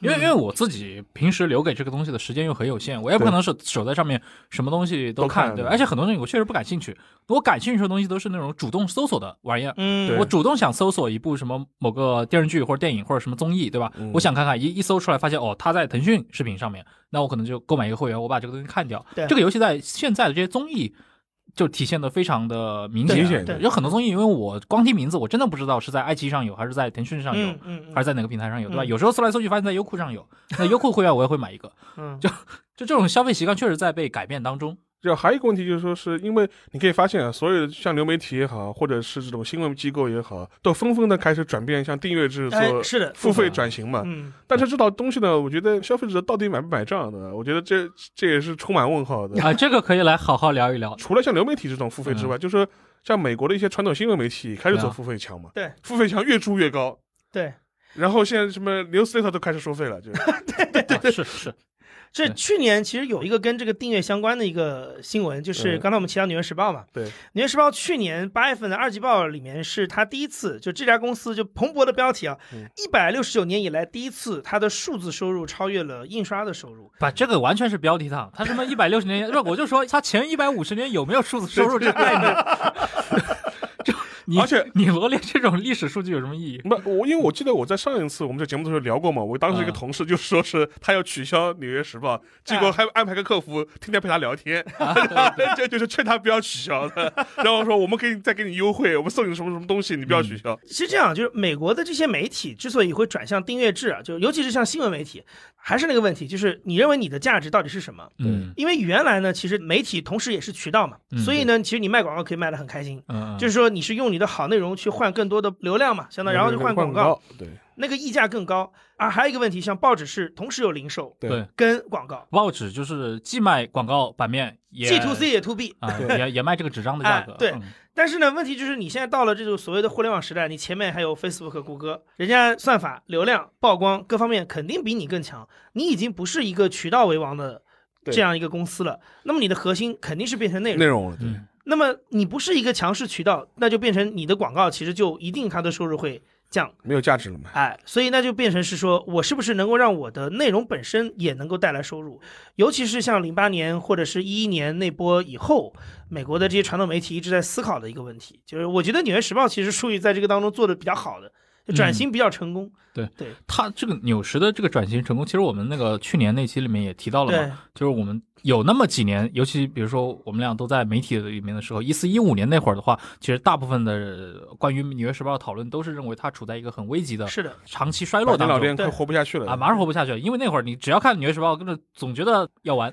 Speaker 2: 因为因为我自己平时留给这个东西的时间又很有限，我也不可能是守在上面什么东西都
Speaker 4: 都
Speaker 2: 看，
Speaker 4: 看
Speaker 2: 对吧？
Speaker 4: 对
Speaker 2: 而且很多东西我确实不感兴趣，我感兴趣的东西都是那种主动搜索的玩意儿。
Speaker 3: 嗯
Speaker 4: 对
Speaker 2: 我主动想搜索一部什么某个电视剧或者电影或者什么综艺，对吧？
Speaker 4: 嗯
Speaker 2: 我想看看，一一搜出来发现哦，它在腾讯视频上面，那我可能就购买一个会员，我把这个东西看掉。
Speaker 3: 对
Speaker 2: 这个尤其在现在的这些综艺。就体现的非常的明显啊，
Speaker 4: 明显
Speaker 3: 对
Speaker 2: 有很多综艺，因为我光听名字，我真的不知道是在爱奇艺上有还是在腾讯上有，
Speaker 3: 嗯嗯
Speaker 2: 还是在哪个平台上有，对吧？
Speaker 3: 嗯
Speaker 2: 有时候搜来搜去发现在优酷上有，那优酷会员我也会买一个。
Speaker 3: 嗯，
Speaker 2: 就就这种消费习惯确实在被改变当中。
Speaker 4: 就还有一个问题，就是说是因为你可以发现啊，所有的像流媒体也好，或者是这种新闻机构也好，都纷纷的开始转变向订阅制
Speaker 3: 哎
Speaker 4: 做
Speaker 3: 是的，
Speaker 4: 付费转型嘛。
Speaker 3: 嗯
Speaker 4: 但是这道东西呢，我觉得消费者到底买不买账呢？我觉得这这也是充满问号的。
Speaker 2: 啊，这个可以来好好聊一聊。
Speaker 4: 除了像流媒体这种付费之外，就是像美国的一些传统新闻媒体开始走付费墙嘛，
Speaker 3: 嗯对，
Speaker 4: 付费墙越筑越高。
Speaker 3: 对，
Speaker 4: 然后现在什么 newsletter 都开始收费 了，就是
Speaker 2: 对，啊是是，
Speaker 3: 这
Speaker 2: 对
Speaker 3: 去年其实有一个跟这个订阅相关的一个新闻，就是
Speaker 4: 嗯
Speaker 3: 刚才我们提到《纽约时报》嘛，
Speaker 4: 对
Speaker 3: 《纽约时报》去年八月份的二季报里面是它第一次，就这家公司就蓬勃的标题啊
Speaker 4: 嗯，
Speaker 3: 一百六十九年以来第一次，它的数字收入超越了印刷的收入。
Speaker 2: 把这个完全是标题党。他什么一百六十年，不，我就说他前一百五十年有没有数字收入这个概念？ 就你
Speaker 4: 而且
Speaker 2: 你罗列这种历史数据有什么意义？
Speaker 4: 不，我因为我记得我在上一次我们这节目的时候聊过嘛，我当时一个
Speaker 2: 嗯
Speaker 4: 同事就说是他要取消《纽约时报》，结
Speaker 3: 嗯
Speaker 4: 果还安排个客服天天陪他聊天，
Speaker 3: 啊
Speaker 4: 这 就是劝他不要取消的。然后说我们给你再给你优惠，我们送你什么什么东西，你不要
Speaker 3: 嗯
Speaker 4: 取消。
Speaker 3: 是这样，就是美国的这些媒体之所以会转向订阅制啊，就尤其是像新闻媒体，还是那个问题，就是你认为你的价值到底是什么？
Speaker 2: 嗯
Speaker 3: 因为原来呢，其实媒体同时也是渠道嘛，
Speaker 2: 嗯
Speaker 3: 所以呢，其实你卖广告可以卖得很开心，
Speaker 2: 嗯，
Speaker 3: 就是说你是用你的好内容去换更多的流量嘛，相当于然后就换
Speaker 4: 广
Speaker 3: 广告，，
Speaker 4: 对
Speaker 3: 那个溢价更高。啊，还有一个问题，像报纸是同时有零售
Speaker 2: 对。
Speaker 3: 跟广告
Speaker 2: 报纸就是既卖广告版面，也
Speaker 3: ，G to C 也 to B。
Speaker 2: 啊，
Speaker 4: 对
Speaker 2: 也也卖这个纸张的价格。
Speaker 3: 哎对
Speaker 2: 嗯，
Speaker 3: 但是呢，问题就是你现在到了这种所谓的互联网时代，你前面还有 Facebook、谷歌，人家算法、流量、曝光各方面肯定比你更强，你已经不是一个渠道为王的
Speaker 4: 对
Speaker 3: 这样一个公司了。那么你的核心肯定是变成内容。
Speaker 4: 内容了，对。
Speaker 2: 嗯
Speaker 3: 那么你不是一个强势渠道，那就变成你的广告其实就一定它的收入会降，
Speaker 4: 没有价值了嘛？
Speaker 3: 哎，所以那就变成是说我是不是能够让我的内容本身也能够带来收入，尤其是像零八年或者是一一年那波以后，美国的这些传统媒体一直在思考的一个问题，就是我觉得《纽约时报》其实属于在这个当中做的比较好的，
Speaker 4: 嗯
Speaker 3: 就转型比较成功，
Speaker 2: 它这个纽时的这个转型成功，其实我们那个去年那期里面也提到了嘛，
Speaker 3: 对，
Speaker 2: 就是我们有那么几年，尤其比如说我们俩都在媒体里面的时候，一四一五年那会儿的话，其实大部分的关于《纽约时报》的讨论都是认为它处在一个很危急的
Speaker 3: 是的，
Speaker 2: 长期
Speaker 3: 哎
Speaker 2: 衰落
Speaker 4: 老店
Speaker 2: 当
Speaker 4: 老
Speaker 2: 中
Speaker 4: 店快活不下去了
Speaker 2: 啊，马上活不下去了。因为那会儿你只要看《纽约时报》，跟着总觉得要完。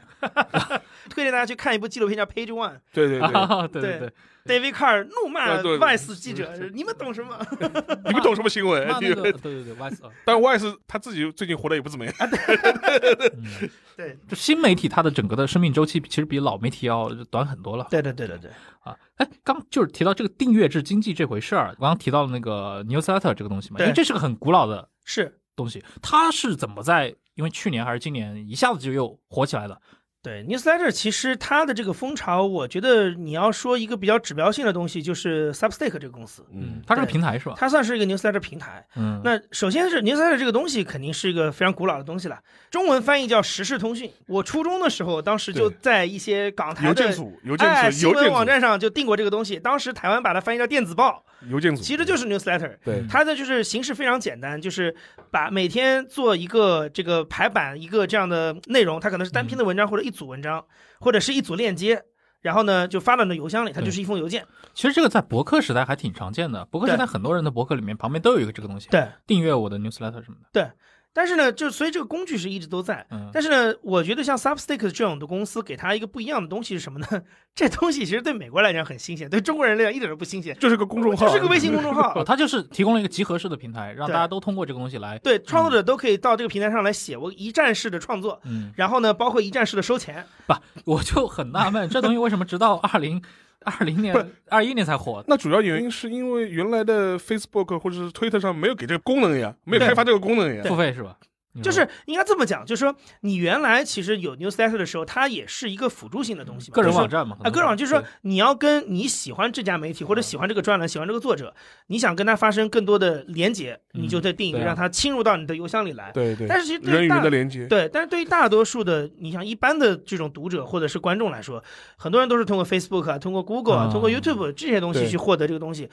Speaker 3: 推荐大家去看一部纪录片叫《Page One》
Speaker 4: 对 对对，
Speaker 2: 对对
Speaker 3: 对，，David Carr 怒骂
Speaker 4: 对对对
Speaker 3: Vice 记者，你们懂什么？
Speaker 4: 你们懂什么新闻
Speaker 2: 那？
Speaker 4: 你
Speaker 2: 那个对对对，Vice 啊
Speaker 4: 但 Wise 他自己最近活得也不怎么样，
Speaker 2: 嗯
Speaker 3: 对，
Speaker 2: 就新媒体它的整个的生命周期其实比老媒体要短很多了。
Speaker 3: 对对对对对，
Speaker 2: 啊，哎，刚就是提到这个订阅制经济这回事儿，我刚刚提到了那个 newsletter 这个东西嘛，因为
Speaker 3: 对
Speaker 2: 这是个很古老的
Speaker 3: 是。
Speaker 2: 东西，它是怎么在因为去年还是今年一下子就又火起来了？
Speaker 3: 对 newsletter，其实它的这个风潮，我觉得你要说一个比较指标性的东西，就是 Substack 这个公司，
Speaker 2: 嗯，它是个
Speaker 3: 对
Speaker 2: 平台是吧？
Speaker 3: 它算是一个 newsletter 平台。
Speaker 2: 嗯，
Speaker 3: 那首先是 newsletter 这个东西，肯定是一个非常古老的东西了，中文翻译叫时事通讯。我初中的时候，当时就
Speaker 4: 对
Speaker 3: 在一些港台
Speaker 4: 邮
Speaker 3: 的
Speaker 4: 件组、邮
Speaker 3: 哎
Speaker 4: 件组、
Speaker 3: 新
Speaker 4: 邮
Speaker 3: 闻
Speaker 4: 件
Speaker 3: 网
Speaker 4: 组、
Speaker 3: 站上就订过这个东西，当时台湾把它翻译叫电子报，
Speaker 4: 邮件组，
Speaker 3: 其实就是 newsletter。
Speaker 4: 对
Speaker 3: 它的就是形式非常简单，就是把每天做一个这个排版一个这样的内容，它可能是单篇的文章或者一组文章，或者是一组链接，然后呢就发到你的邮箱里，它就是一封邮件。
Speaker 2: 其实这个在博客时代还挺常见的，博客时代
Speaker 3: 对
Speaker 2: 很多人的博客里面旁边都有一个这个东西，
Speaker 3: 对
Speaker 2: 订阅我的 newsletter 什么的。
Speaker 3: 但是呢，就所以这个工具是一直都在。
Speaker 2: 嗯，
Speaker 3: 但是呢，我觉得像 Substack 这种的公司，给它一个不一样的东西是什么呢？ 这东西其实对美国来讲很新鲜，对中国人来讲一点都不新鲜，
Speaker 4: 就是个公众号，
Speaker 3: 就是个微信公众
Speaker 2: 哦，
Speaker 3: 号。
Speaker 2: 它就是提供了一个集合式的平台，让
Speaker 3: 对
Speaker 2: 大家都通过这个东西来，
Speaker 3: 对，创作者都可以到这个平台上来写我一站式的创作，
Speaker 2: 嗯，
Speaker 3: 然后呢，包括一站式的收钱。
Speaker 2: 我就很纳闷，这东西为什么直到二零二零年、二一年才火？
Speaker 4: 那主要原因是因为原来的 Facebook 或者是 Twitter 上没有给这个功能呀，没有开发这个功能呀。
Speaker 2: 付费是吧？你
Speaker 3: 就
Speaker 2: 说
Speaker 3: 是应该这么讲，就是说你原来其实有 newsletter 的时候，它也是一个辅助性的东西嘛，
Speaker 2: 个人
Speaker 3: 就是
Speaker 2: 网站嘛，可
Speaker 3: 啊，
Speaker 2: 能
Speaker 3: 各种就是说
Speaker 2: 对，嗯
Speaker 3: 你要跟你喜欢这家媒体或者喜欢这个专栏、喜欢这个作者，你想跟他发生更多的连接，
Speaker 2: 嗯
Speaker 3: 你就得定一个
Speaker 2: 对啊
Speaker 3: 让他侵入到你的邮箱里来。
Speaker 4: 对对，
Speaker 3: 但是其实对
Speaker 4: 人
Speaker 3: 于
Speaker 4: 与人
Speaker 3: 大
Speaker 4: 的连接，
Speaker 3: 对，但是对于大多数的你像一般的这种读者或者是观众来说，很多人都是通过 Facebook 啊、通过 Google 啊、
Speaker 2: 嗯
Speaker 3: 通过 YouTube 这些东西
Speaker 4: 对
Speaker 3: 去获得这个东西，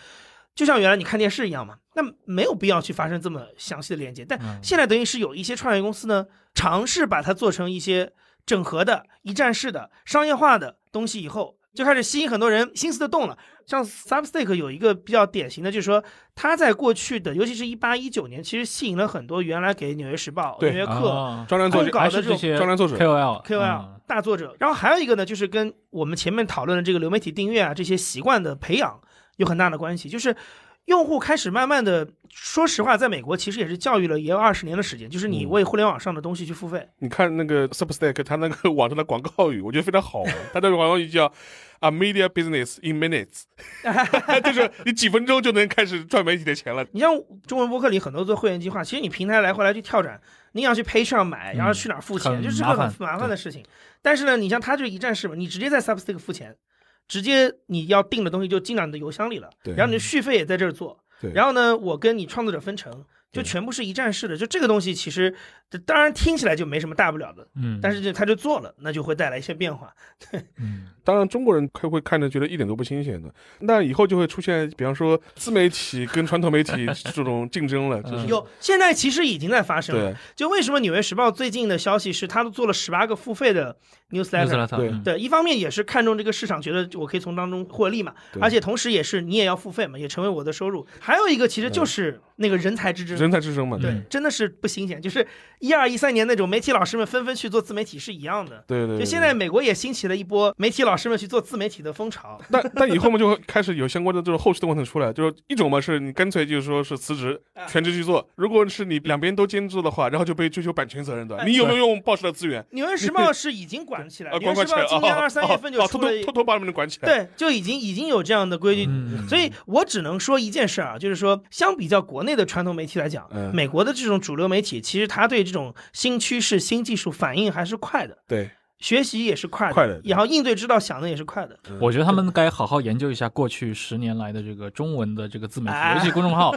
Speaker 3: 就像原来你看电视一样嘛。那没有必要去发生这么详细的连接，但
Speaker 2: 嗯
Speaker 3: 现在等于是有一些创业公司呢，尝试把它做成一些整合的、一站式的、商业化的东西，以后就开始吸引很多人心思的动了。像 Substack 有一个比较典型的，就是说它在过去的，尤其是一八一九年，其实吸引了很多原来给《纽约时报》《
Speaker 4: 对
Speaker 3: 纽约客》
Speaker 2: 哦
Speaker 4: 专栏作
Speaker 3: 恶
Speaker 4: 者
Speaker 3: 搞
Speaker 2: 还
Speaker 3: 的
Speaker 2: 是
Speaker 3: 这种
Speaker 2: 些
Speaker 4: 专栏作者
Speaker 2: KOL
Speaker 3: KOL、
Speaker 2: 嗯
Speaker 3: 大作者，然后还有一个呢，就是跟我们前面讨论的这个流媒体订阅啊这些习惯的培养有很大的关系，就是。用户开始慢慢的，说实话，在美国其实也是教育了也有二十年的时间，就是你
Speaker 4: 嗯
Speaker 3: 为互联网上的东西去付费。
Speaker 4: 你看那个 Substack，它那个网上的广告语，我觉得非常 好玩。啊它的广告语叫 “A media business in minutes”，就是你几分钟就能开始赚媒体的钱了。
Speaker 3: 你像中文播客里很多做会员计划，其实你平台来回来去跳转，你想去 Pay 上买，
Speaker 2: 嗯
Speaker 3: 然后去哪儿付
Speaker 2: 很
Speaker 3: 钱，就是个
Speaker 2: 麻
Speaker 3: 很
Speaker 2: 烦
Speaker 3: 麻烦的事情。但是呢，你像它这个一站式嘛，你直接在 Substack 付钱，直接你要订的东西就进到你的邮箱里了，
Speaker 4: 对
Speaker 3: 然后你的续费也在这儿做
Speaker 4: 对，
Speaker 3: 然后呢，我跟你创作者分成。就
Speaker 4: 对
Speaker 3: 全部是一站式的，就这个东西其实，当然听起来就没什么大不了的，
Speaker 2: 嗯，
Speaker 3: 但是就他就做了，那就会带来一些变化。
Speaker 2: 嗯
Speaker 4: 当然，中国人会会看着觉得一点都不新鲜的。那以后就会出现，比方说自媒体跟传统媒体这种竞争了，就是
Speaker 2: 嗯
Speaker 3: 有，现在其实已经在发生了。
Speaker 4: 对
Speaker 3: 就为什么《纽约时报》最近的消息是，他都做了十八个付费的 newsletter，
Speaker 2: ，newsletter，
Speaker 4: 对
Speaker 2: 嗯
Speaker 3: 对，一方面也是看中这个市场，觉得我可以从当中获利嘛，
Speaker 4: 对
Speaker 3: 而且同时也是你也要付费嘛，也成为我的收入。还有一个其实就是那个人才之争，
Speaker 4: 嗯人才之争嘛。
Speaker 2: 嗯
Speaker 3: 对，真的是不新鲜，就是一二一三年那种媒体老师们纷纷去做自媒体是一样的。
Speaker 4: 对对对，
Speaker 3: 就
Speaker 4: 对
Speaker 3: 现在，美国也兴起了一波媒体老师们去做自媒体的风潮，
Speaker 4: 但但以后嘛，就会开始有相关的这种后续的问题出来，就是一种嘛，是你干脆就是说是辞职
Speaker 3: 啊，
Speaker 4: 全职去做；如果是你两边都兼做的话，然后就被追究版权责任的。
Speaker 3: 哎
Speaker 4: 你有没有用报社的资源
Speaker 3: 《纽 约时报》是已经管起来，
Speaker 4: 啊？
Speaker 3: 《纽
Speaker 4: 管
Speaker 3: 约时报
Speaker 4: 管起来》
Speaker 3: 今年
Speaker 4: 哦
Speaker 3: 二三月份就
Speaker 4: 哦
Speaker 3: 出
Speaker 4: 偷
Speaker 3: 了一
Speaker 4: 偷偷偷把你们管起来。
Speaker 3: 对，就已经已经有这样的规矩，
Speaker 2: 嗯
Speaker 3: 所以我只能说一件事儿啊，就是说，相比较国内的传统媒体来讲，
Speaker 4: 嗯
Speaker 3: 美国的这种主流媒体，其实它对这种新趋势、新技术反应还是快的，
Speaker 4: 对，
Speaker 3: 学习也是快的，
Speaker 4: 快的对
Speaker 3: 然后应对之道想的也是快的。
Speaker 2: 我觉得他们该好好研究一下过去十年来的这个中文的这个自媒体，
Speaker 3: 哎
Speaker 2: 尤其公众 号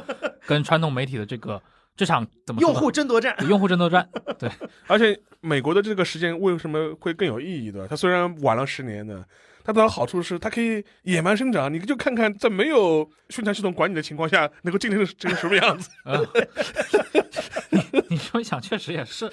Speaker 2: 跟传统媒体的这个这场怎么说
Speaker 3: 用
Speaker 2: 呢
Speaker 3: 户争夺战，
Speaker 2: 对用户争夺战， 对，
Speaker 4: 而且美国的这个时间为什么会更有意义的？它虽然晚了十年呢，但它的好处是它可以野蛮生长。你就看看在没有宣传系统管理的情况下，能够今天是这个什么样子。
Speaker 2: 呃你说想确实也是，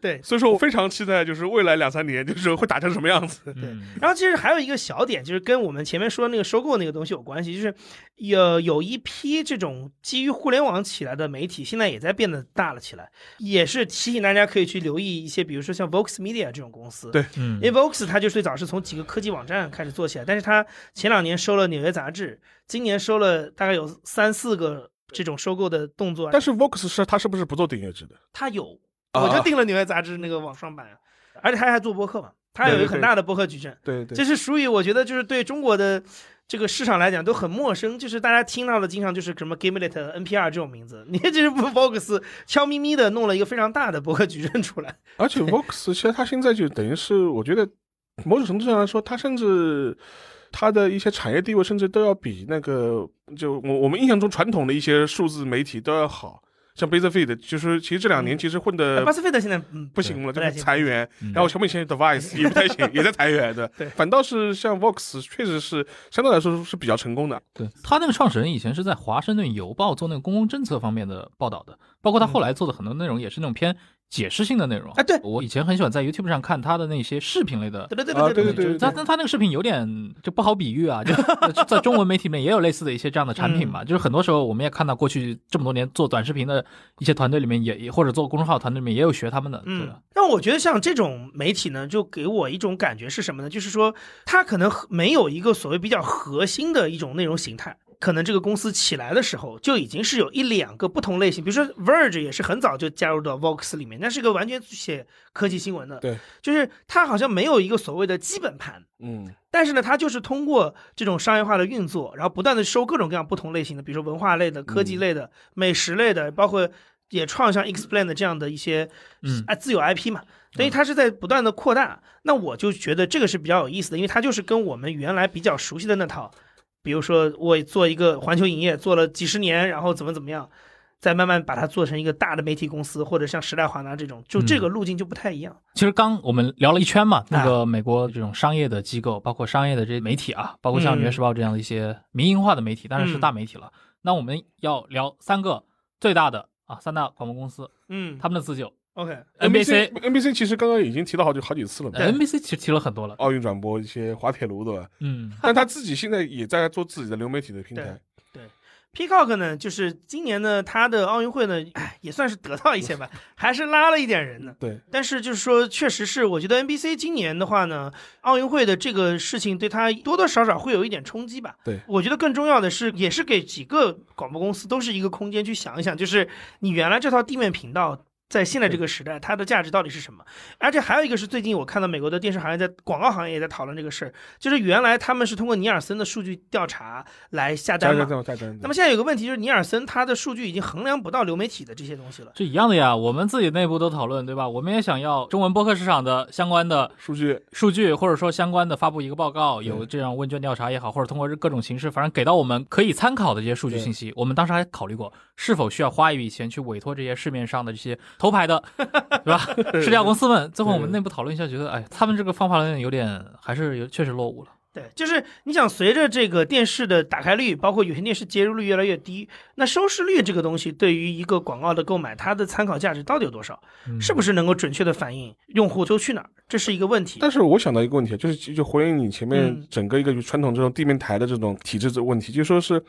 Speaker 3: 对。
Speaker 4: 所以说我非常期待，就是未来两三年，就是会打成什么样子。
Speaker 2: 嗯
Speaker 3: 然后其实还有一个小点，就是跟我们前面说那个收购那个东西有关系，就是有有一批这种基于互联网起来的媒体，现在也在变得大了起来，也是提醒大家可以去留意一些，比如说像 Vox Media 这种公司，
Speaker 4: 对
Speaker 2: 嗯
Speaker 3: 因为 Vox 它就最早是从几个科技网站开始做起来，但是它前两年收了《纽约杂志》，今年收了大概有三四个这种收购的动作，
Speaker 4: 但
Speaker 3: 是
Speaker 4: 是 Vox 是它是不是不做订阅制的？
Speaker 3: 它有，
Speaker 4: 啊
Speaker 3: 我就订了《纽约杂志》那个网双版，啊而且它还做播客嘛，它有一个很大的播客矩阵，
Speaker 4: 对
Speaker 3: 这是属于我觉得就是对中国的。这个市场来讲都很陌生，就是大家听到的经常就是什么 Gimlet、NPR 这种名字，你这 是 Vox 悄咪咪的弄了一个非常大的播客矩阵出来，
Speaker 4: 而且 Vox 其实它现在就等于是，我觉得某种程度上来说，它甚至它的一些产业地位，甚至都要比那个就我我们印象中传统的一些数字媒体都要好。像 BuzzFeed，其实其实这两年其实混的
Speaker 3: 巴斯费特现在嗯
Speaker 4: 呃不行
Speaker 3: 不
Speaker 4: 了，就
Speaker 3: 太
Speaker 4: 是
Speaker 3: 行
Speaker 4: 裁员。
Speaker 2: 嗯
Speaker 4: 然后小米以 前 Device 也不太行，也在裁员的。
Speaker 3: 对
Speaker 4: 反倒是像 Vox，确实是相对来说是比较成功的。
Speaker 2: 对他那个创始人以前是在《华盛顿邮报》做那个公共政策方面的报道的，包括他后来做的很多内容也是那种偏解释性的内容。
Speaker 3: 哎嗯对
Speaker 2: 我以前很喜欢在 YouTube 上看他的那些视频类的
Speaker 3: 对对对
Speaker 4: 啊
Speaker 3: 对
Speaker 4: 对对
Speaker 2: 他他他那个视频有点就不好比喻啊，就就在中文媒体里面也有类似的一些这样的产品
Speaker 3: 嗯
Speaker 2: 嘛。 就是很多时候我们也看到过去这么多年做短视频的一些团队里面也也或者做公众号团队里面也有学他们的，对
Speaker 3: 嗯
Speaker 2: 吧？，
Speaker 3: 但我觉得像这种媒体呢，就给我一种感觉是什么呢？就是说，它可能和没有一个所谓比较核心的一种内容形态。可能这个公司起来的时候，就已经是有一两个不同类型，比如说 Verge 也是很早就加入到 Vox 里面，那是个完全写科技新闻的，
Speaker 4: 对，
Speaker 3: 就是它好像没有一个所谓的基本盘，
Speaker 4: 嗯
Speaker 3: 但是呢，它就是通过这种商业化的运作，然后不断的收各种各样不同类型的，比如说文化类的、科技类的、美食类的，包括也创像 Explain 的这样的一些，
Speaker 2: 嗯
Speaker 3: 啊，自有 IP 嘛，所以它是在不断的扩大。那我就觉得这个是比较有意思的，因为它就是跟我们原来比较熟悉的那套，比如说我做一个环球影业做了几十年，然后怎么怎么样。再慢慢把它做成一个大的媒体公司，或者像时代华纳这种，就这个路径就不太一样。
Speaker 2: 其实刚我们聊了一圈嘛，
Speaker 3: 啊
Speaker 2: 那个美国这种商业的机构，包括商业的这些媒体啊，包括
Speaker 3: 嗯
Speaker 2: 像《纽约时报》这样的一些民营化的媒体，当然是大媒体了。那我们要聊三个最大的啊，三大广播公司，
Speaker 3: 嗯
Speaker 2: 他们的自救
Speaker 3: ，OK，
Speaker 2: ，NBC。
Speaker 4: NBC 其实刚刚已经提到好久好几次了嘛，
Speaker 2: 呃 NBC 其实提了很多了，
Speaker 4: 奥运转播一些滑铁卢对吧？
Speaker 2: 嗯，
Speaker 4: 但他自己现在也在做自己的流媒体的平台，
Speaker 3: Peacock 呢，就是今年呢，他的奥运会呢，哎，也算是得到一些吧，还是拉了一点人呢。
Speaker 4: 对，
Speaker 3: 但是就是说，确实是，我觉得 NBC 今年的话呢，奥运会的这个事情对他多多少少会有一点冲击吧。
Speaker 4: 对
Speaker 3: 我觉得更重要的是，也是给几个广播公司都是一个空间去想一想，就是你原来这套地面频道。在现在这个时代，它的价值到底是什么？而且还有一个是，最近我看到美国的电视行业在广告行业也在讨论这个事儿，就是原来他们是通过尼尔森的数据调查来下
Speaker 4: 加
Speaker 3: 单嘛
Speaker 4: 加，加加加。
Speaker 3: 那么现在有个问题就是，尼尔森他的数据已经衡量不到流媒体的这些东西了。
Speaker 2: 这一样的呀，我们自己内部都讨论，对吧？我们也想要中文播客市场的相关的
Speaker 4: 数据
Speaker 2: 数据，或者说相关的发布一个报告，有这样问卷调查也好，或者通过各种形式，反正给到我们可以参考的这些数据
Speaker 4: 对
Speaker 2: 信息。我们当时还考虑过，是否需要花一笔钱去委托这些市面上的这些头牌的， 对吧？市调公司们。最后我们内部讨论一下，觉得哎，他们这个方法论有点还是有确实落伍了。
Speaker 3: 对，就是你想，随着这个电视的打开率，包括有线电视接入率越来越低，那收视率这个东西对于一个广告的购买，它的参考价值到底有多少？
Speaker 4: 嗯
Speaker 3: 是不是能够准确的反映用户都去哪儿？这是一个问题。
Speaker 4: 但是我想到一个问题，就是就就回应你前面
Speaker 3: 嗯
Speaker 4: 整个一个传统这种地面台的这种体制这问题，就说是，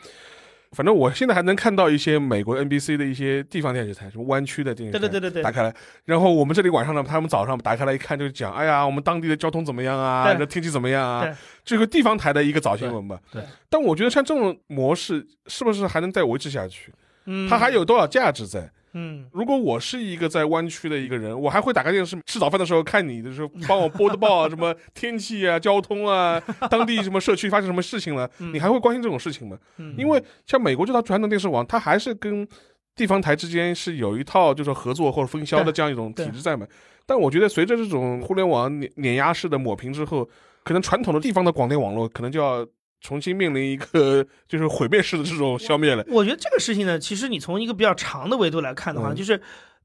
Speaker 4: 反正我现在还能看到一些美国 NBC 的一些地方电视台，什么湾区的电视台，
Speaker 3: 对对对对对
Speaker 4: 打开来，然后我们这里晚上呢，他们早上打开来一看，就讲，哎呀，我们当地的交通怎么样啊，
Speaker 3: 对
Speaker 4: 那天气怎么样啊
Speaker 3: 对，
Speaker 4: 这个地方台的一个早新闻吧。
Speaker 2: 对对
Speaker 4: 但我觉得像这种模式，是不是还能再维持下去？
Speaker 3: 嗯，
Speaker 4: 它还有多少价值在？
Speaker 3: 嗯，
Speaker 4: 如果我是一个在湾区的一个人，我还会打开电视吃早饭的时候看你的时候，帮我播的报啊，什么天气啊、交通啊、当地什么社区发生什么事情了，
Speaker 3: 嗯
Speaker 4: 你还会关心这种事情吗？
Speaker 3: 嗯
Speaker 4: 因为像美国这套传统电视网，它还是跟地方台之间是有一套就是合作或者分销的
Speaker 3: 对
Speaker 4: 这样一种体
Speaker 3: 对
Speaker 4: 制在嘛。但我觉得随着这种互联网碾碾压式的抹平之后，可能传统的地方的广电网络可能就要重新面临一个就是毁灭式的这种消灭了。
Speaker 3: 我觉得这个事情呢，其实你从一个比较长的维度来看的话，
Speaker 4: 嗯
Speaker 3: 就是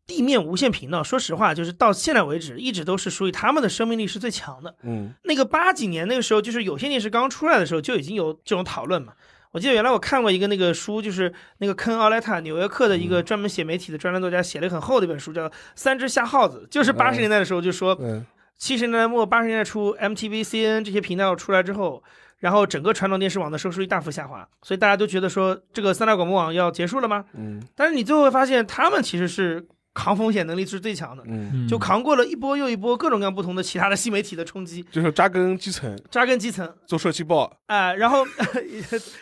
Speaker 3: 地面无线频道，说实话，就是到现在为止，一直都是属于他们的生命力是最强的。
Speaker 4: 嗯，
Speaker 3: 那个八几年那个时候，就是有线电视刚出来的时候，就已经有这种讨论嘛。我记得原来我看过一个那个书，就是那个坑奥莱塔纽约客的一
Speaker 4: 嗯
Speaker 3: 个专门写媒体的专栏作家写了一个很厚的一本书，叫《三只瞎耗子》，就是八十年代的时候就说，
Speaker 4: 哦嗯，
Speaker 3: 七十年代末八十年代初，MTV、CN 这些频道出来之后，然后整个传统电视网的收视率大幅下滑，所以大家都觉得说这个三大广播网要结束了吗？
Speaker 4: 嗯，
Speaker 3: 但是你最后会发现，他们其实是扛风险能力是最强的，
Speaker 4: 嗯，
Speaker 3: 就扛过了一波又一波各种各样不同的其他的新媒体的冲击，
Speaker 4: 就是扎根基层，
Speaker 3: 扎根基层。
Speaker 4: 做社区报，
Speaker 3: 啊、然后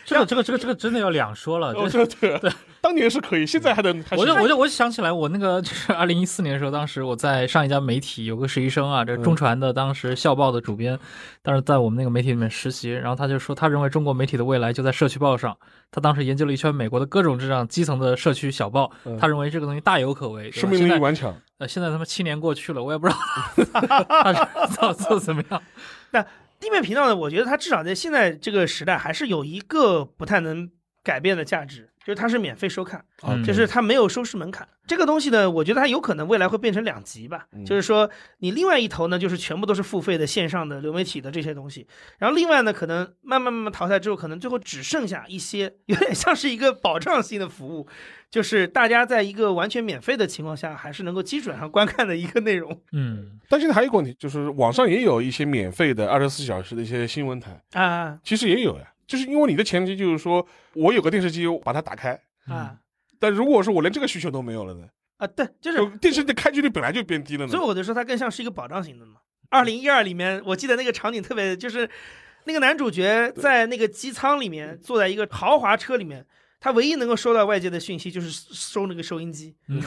Speaker 2: 这个这个这个这个真的要两说了。
Speaker 4: 哦，对对对， 当年是可以，现在还能，还是
Speaker 2: 我就我就我就想起来，我那个就是 二零一四年的时候，当时我在上一家媒体有个实习生啊，
Speaker 4: 嗯
Speaker 2: 这中传的当时校报的主编，当时在我们那个媒体里面实习，然后他就说他认为中国媒体的未来就在社区报上，他当时研究了一圈美国的各种这样基层的社区小报
Speaker 4: 嗯，
Speaker 2: 他认为这个东西大有可为。对吧
Speaker 4: 生命
Speaker 2: 现
Speaker 4: 力
Speaker 2: 在
Speaker 4: 顽强，
Speaker 2: 呃，现在他妈七年过去了，我也不知道 他是做做怎么样。
Speaker 3: 地面频道呢，我觉得它至少在现在这个时代还是有一个不太能改变的价值，就是它是免费收看，
Speaker 4: 哦
Speaker 2: 嗯
Speaker 3: 就是它没有收视门槛。这个东西呢，我觉得它有可能未来会变成两极吧，就是说你另外一头呢，就是全部都是付费的线上的流媒体的这些东西，然后另外呢，可能慢慢慢慢淘汰之后，可能最后只剩下一些，有点像是一个保障性的服务，就是大家在一个完全免费的情况下，还是能够基准上观看的一个内容
Speaker 2: 嗯
Speaker 4: 但现在还有一个问题，就是网上也有一些免费的二十四小时的一些新闻台，
Speaker 3: 啊
Speaker 4: 其实也有呀。就是因为你的前提就是说我有个电视机，我把它打开。
Speaker 3: 啊
Speaker 4: 但如果说我连这个需求都没有了呢？
Speaker 3: 啊！对，就是
Speaker 4: 就电视的开机率本来就变低了呢
Speaker 3: 所以。我就说它更像是一个保障型的嘛。二零一二里面，我记得那个场景特别，就是那个男主角在那个机舱里
Speaker 4: 嗯
Speaker 3: 面，坐在一个豪华车里面，他唯一能够收到外界的讯息就是收那个收音机。
Speaker 2: 嗯，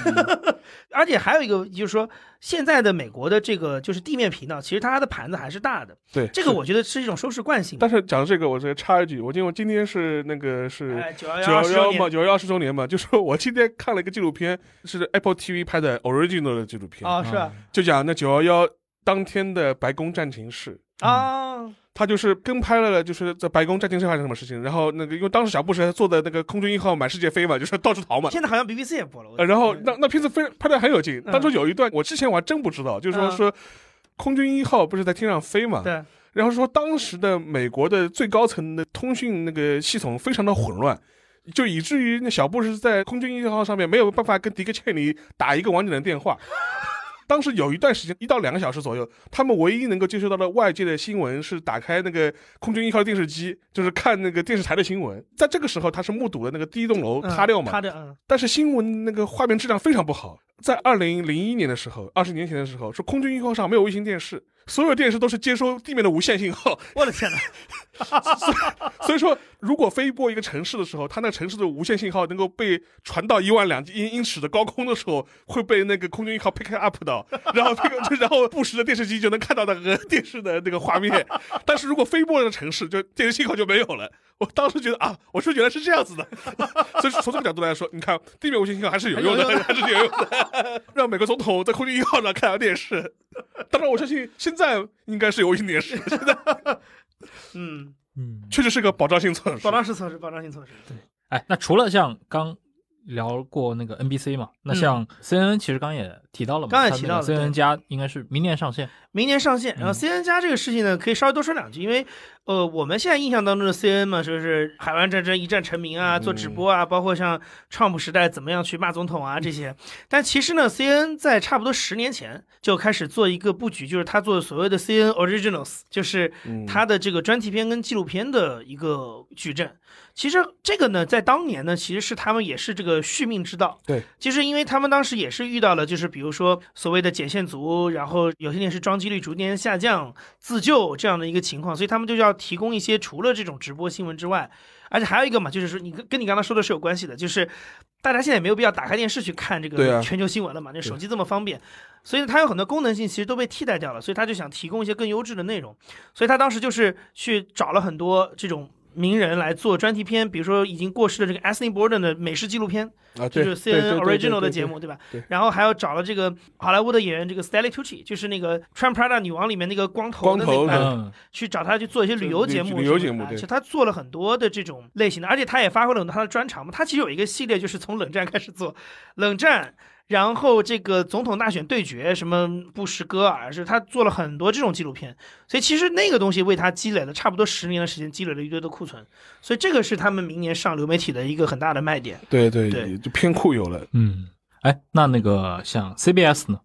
Speaker 3: 而且还有一个就是说，现在的美国的这个就是地面频道，其实它的盘子还是大的。
Speaker 4: 对，
Speaker 3: 这个我觉得是一种收视惯性。
Speaker 4: 但是讲到这个，我再插一句，我因为我今天是那个是
Speaker 3: 哎，九幺
Speaker 4: 九幺
Speaker 3: 幺
Speaker 4: 幺嘛，九幺幺十周年嘛，就是我今天看了一个纪录片，是 Apple TV 拍的 original 的纪录片，
Speaker 3: 哦，是吧？
Speaker 4: 就讲那九幺幺当天的白宫战情室。
Speaker 3: 啊，
Speaker 4: 他就是跟拍了，就是在白宫战情室发生什么事情，然后那个因为当时小布什还坐在那个空军一号满世界飞嘛，就是到处逃嘛，
Speaker 3: 啊现在好像 BBC 也播了。我
Speaker 4: 呃，然后
Speaker 3: 对
Speaker 4: 那那片子非拍的很有劲。
Speaker 3: 嗯
Speaker 4: 当初有一段我之前我还真不知道，就是说
Speaker 3: 嗯
Speaker 4: 说空军一号不是在天上飞嘛，
Speaker 3: 对，
Speaker 4: 然后说当时的美国的最高层的通讯那个系统非常的混乱，就以至于那小布什在空军一号上面没有办法跟迪克切尼打一个完整的电话。 当时有一段时间，一到两个小时左右，他们唯一能够接收到的外界的新闻是打开那个空军一号电视机，就是看那个电视台的新闻。在这个时候，他是目睹了那个第一栋楼
Speaker 3: 嗯
Speaker 4: 塌掉嘛，
Speaker 3: 塌掉，嗯
Speaker 4: 但是新闻那个画面质量非常不好。在二零零一年的时候，二十年前的时候，说空军一号上没有卫星电视，所有电视都是接收地面的无线信号。
Speaker 3: 我的天哪！
Speaker 4: 所以说，如果飞过一个城市的时候，它那个城市的无线信号能够被传到一万两英英尺的高空的时候，会被那个空军一号 pick up 到，然后 pick 就然后不时的电视机就能看到那个电视的那个画面。 但是如果飞过那个城市，就电视信号就没有了。我当时觉得啊，我说原来是这样子的， 所以从这个角度来说，你看地面无线信号还是有用的， 还是有用的，让美国总统在空军一号上看到电视。当然，我相信现在应该是有卫星电视，现在
Speaker 3: 嗯，
Speaker 2: 嗯，
Speaker 4: 确 实是个保障性措施。
Speaker 3: 保障式措施，保障性措施。
Speaker 2: 哎，那除了像刚聊过那个 NBC 嘛，那像 CNN 其实刚也提到了嘛，
Speaker 3: 嗯刚也提到了
Speaker 2: 它那个 CNN 加应该是明年上线。
Speaker 3: 明年上线。然后
Speaker 2: 嗯
Speaker 3: CN 加这个事情呢，可以稍微多说两句，因为呃，我们现在印象当中的 CN 嘛，就是海湾战争一战成名啊，做直播啊，包括像川普时代怎么样去骂总统啊这些。但其实呢，CN 在差不多十年前就开始做一个布局，就是他做所谓的 CN Originals，就是他的这个专题片跟纪录片的一个矩阵。其实这个呢，在当年呢，其实是他们也是这个续命之道。
Speaker 4: 对，
Speaker 3: 其实因为他们当时也是遇到了，就是比如说所谓的剪线族，然后有些电视装机率逐年下降、自救这样的一个情况，所以他们就要提供一些除了这种直播新闻之外，而且还有一个嘛，就是说你跟跟你刚才说的是有关系的，就是大家现在也没有必要打开电视去看这
Speaker 4: 对啊
Speaker 3: 个全球新闻了嘛，那手机这么方便，所以它有很多功能性其实都被替代掉了，所以他就想提供一些更优质的内容。所以他当时就是去找了很多这种名人来做专题片，比如说已经过世的这个 Anthony Bourdain 的美式纪录片，
Speaker 4: 啊，
Speaker 3: 就
Speaker 4: 对
Speaker 3: 是
Speaker 4: 对对
Speaker 3: CNN
Speaker 4: 对对
Speaker 3: Original 的
Speaker 4: 对
Speaker 3: 节
Speaker 4: 对
Speaker 3: 目，对吧
Speaker 4: 对？
Speaker 3: 然后还有找了这个好莱坞的演员这个 Stanley Tucci，就是那个《穿 Prada 女王》里面那个光头的那
Speaker 4: 光头
Speaker 3: 个
Speaker 4: 的
Speaker 3: 啊，
Speaker 2: 嗯
Speaker 3: 去找他去做一些旅游节目什么的啊，
Speaker 4: 旅游节目对
Speaker 3: 其实他做了很多的这种类型的，而且他也发挥了很多他的专长嘛。他其实有一个系列，就是从冷战开始做，冷战。然后这个总统大选对决，什么布什戈尔，啊是他做了很多这种纪录片，所以其实那个东西为他积累了差不多十年的时间，积累了一堆的库存，所以这个是他们明年上流媒体的一个很大的卖点。
Speaker 4: 对对
Speaker 3: 对，
Speaker 4: 就偏酷有了。
Speaker 2: 嗯，哎，那那个像 CBS 呢？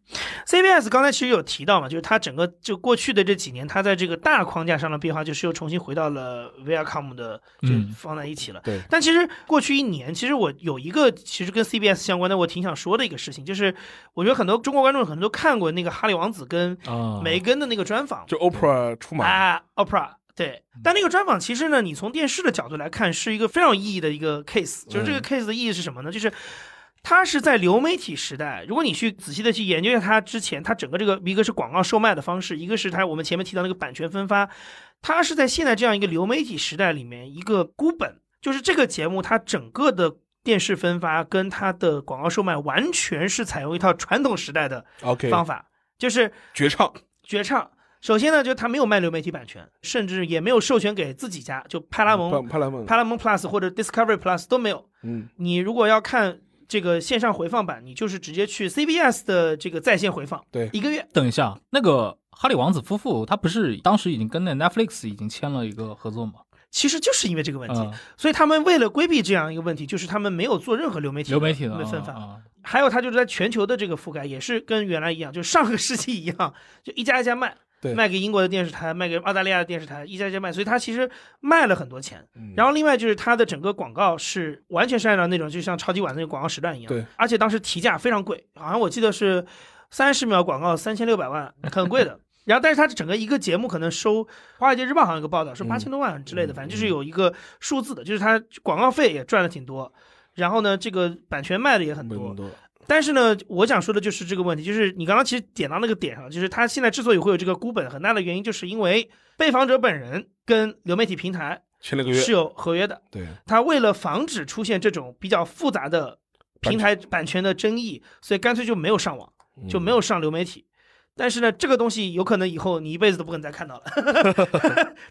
Speaker 3: CBS 刚才其实有提到嘛，就是它整个就过去的这几年，它在这个大框架上的变化，就是又重新回到了 Viacom 的就
Speaker 2: 嗯
Speaker 3: 放在一起了。
Speaker 4: 对
Speaker 3: 但其实过去一年，其实我有一个其实跟 CBS 相关的，我挺想说的一个事情，就是我觉得很多中国观众可能都看过那个哈利王子跟
Speaker 2: 啊，
Speaker 3: 梅根的那个专访，
Speaker 4: 就 OPRA 出马，
Speaker 3: 啊，Opera。对，但那个专访其实呢，你从电视的角度来看，是一个非常有意义的一个 case。就是这个 case 的意义是什么呢？就是它是在流媒体时代，如果你去仔细的去研究一下它之前，它整个这个一个是广告售卖的方式，一个是它我们前面提到那个版权分发，它是在现在这样一个流媒体时代里面一个孤本，就是这个节目它整个的。电视分发跟它的广告售卖完全是采用一套传统时代的
Speaker 4: 哦 OK，
Speaker 3: 方法，就是
Speaker 4: 绝唱，
Speaker 3: 绝唱。首先呢，就他没有卖流媒体版权，甚至也没有授权给自己家，就派拉蒙、
Speaker 4: 派拉蒙，
Speaker 3: 派拉蒙 Plus 或者 Discovery Plus 都没有。
Speaker 4: 嗯，
Speaker 3: 你如果要看这个线上回放版，你就是直接去 CBS 的这个在线回放，
Speaker 4: 对
Speaker 3: 一个月。
Speaker 2: 等一下，那个哈利王子夫妇他不是当时已经跟那 Netflix 已经签了一个合作吗？
Speaker 3: 其实就是因为这个问题，
Speaker 2: 嗯，
Speaker 3: 所以他们为了规避这样一个问题，就是他们没有做任何流媒体
Speaker 2: 流媒体的
Speaker 3: 分发。
Speaker 2: 啊，
Speaker 3: 还有它就是在全球的这个覆盖，也是跟原来一样，就是上个世纪一样， 就一家一家卖
Speaker 4: 对，
Speaker 3: 卖给英国的电视台，卖给澳大利亚的电视台，一家一家卖，所以它其实卖了很多钱。
Speaker 4: 嗯
Speaker 3: 然后另外就是它的整个广告是完全是按照那种就像超级碗那个广告时段一样，
Speaker 4: 对，
Speaker 3: 而且当时提价非常贵，好像我记得是三十秒广告三千六百万，很贵 的。然后，但是它整个一个节目可能收《华尔街日报》好像有个报道说
Speaker 4: 嗯
Speaker 3: 八千多万之类的，
Speaker 4: 嗯
Speaker 3: 反正就是有一个数字的，就是它广告费也赚了挺多，然后呢，这个版权卖的也很
Speaker 4: 没那
Speaker 3: 多
Speaker 4: 么，多，
Speaker 3: 但是呢，我想说的就是这个问题，就是你刚刚其实点到那个点上，啊就是他现在之所以会有这个孤本，很大的原因就是因为被访者本人跟流媒体平台
Speaker 4: 签了个月，
Speaker 3: 是有合约的，
Speaker 4: 对，
Speaker 3: 他为了防止出现这种比较复杂的平台版权的争议，所以干脆就没有上网，就没有上流媒体。但是呢，这个东西有可能以后你一辈子都不可能再看到了，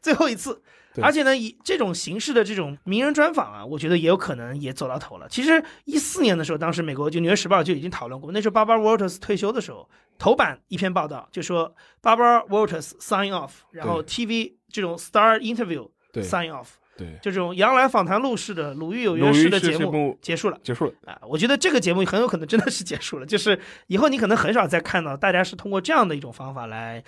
Speaker 3: 最后一次。
Speaker 4: 对
Speaker 3: 而且呢，以这种形式的这种名人专访啊，我觉得也有可能也走到头了。其实一四年的时候，当时美国就《纽约时报》就已经讨论过，那时候 Barbara Walters 退休的时候，头版一篇报道就说 Barbara Walters sign off，然后 TV 这种 Star Interview
Speaker 4: 对
Speaker 3: sign off，
Speaker 4: 对，
Speaker 3: 就这种杨澜访谈录式的、鲁豫有约
Speaker 4: 鲁豫
Speaker 3: 式的
Speaker 4: 式
Speaker 3: 节
Speaker 4: 节目
Speaker 3: 结束了。
Speaker 4: 结束了，
Speaker 3: 啊，我觉得这个节目很有可能真的是结束了， 就是以后你可能很少再看到大家是通过这样的一种方法来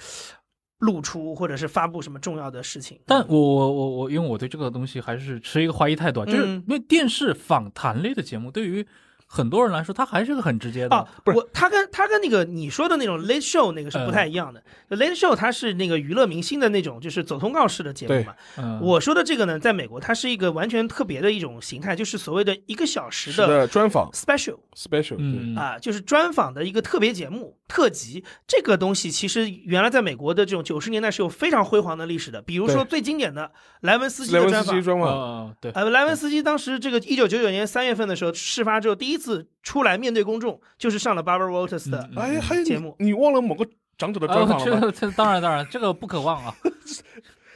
Speaker 3: 露出或者是发布什么重要的事情。啊
Speaker 2: 但我我我我，因为我对这个东西还是持一个怀疑态度啊，就是
Speaker 3: 嗯
Speaker 2: 因为电视访谈类的节目，对于很多人来说，它还是个很直接的。
Speaker 3: 哦，我他跟他跟那个你说的那种 late show 那个是不太一样的。late show 它是那个娱乐明星的那种，就是走通告式的节目
Speaker 4: 对
Speaker 3: 嘛。
Speaker 2: 嗯，
Speaker 3: 我说的这个呢，在美国它是一个完全特别的一种形态，就是所谓的一个小时
Speaker 4: 是
Speaker 3: 的
Speaker 4: 的，专访
Speaker 3: special。
Speaker 4: special，对，
Speaker 2: 嗯，
Speaker 3: 啊，就是专访的一个特别节目、特辑。这个东西其实原来在美国的这种九十年代是有非常辉煌的历史的，比如说
Speaker 4: 对
Speaker 3: 最经典的莱文斯基
Speaker 4: 莱
Speaker 3: 的
Speaker 4: 文
Speaker 3: 专
Speaker 4: 斯基
Speaker 3: 访。
Speaker 4: 专访，
Speaker 2: 呃，对，
Speaker 3: 呃，莱文斯基当时这个一九九九年三月份的时候事发之后，第一次出来面对公众，就是上了 Barbara Walters 的。
Speaker 2: 嗯
Speaker 4: 哎呀，还有
Speaker 3: 节
Speaker 4: 你
Speaker 3: 目
Speaker 4: 你忘了某个长者的专
Speaker 2: 呃，
Speaker 4: 访了吗？
Speaker 2: 这这当然当然，这个不可忘啊，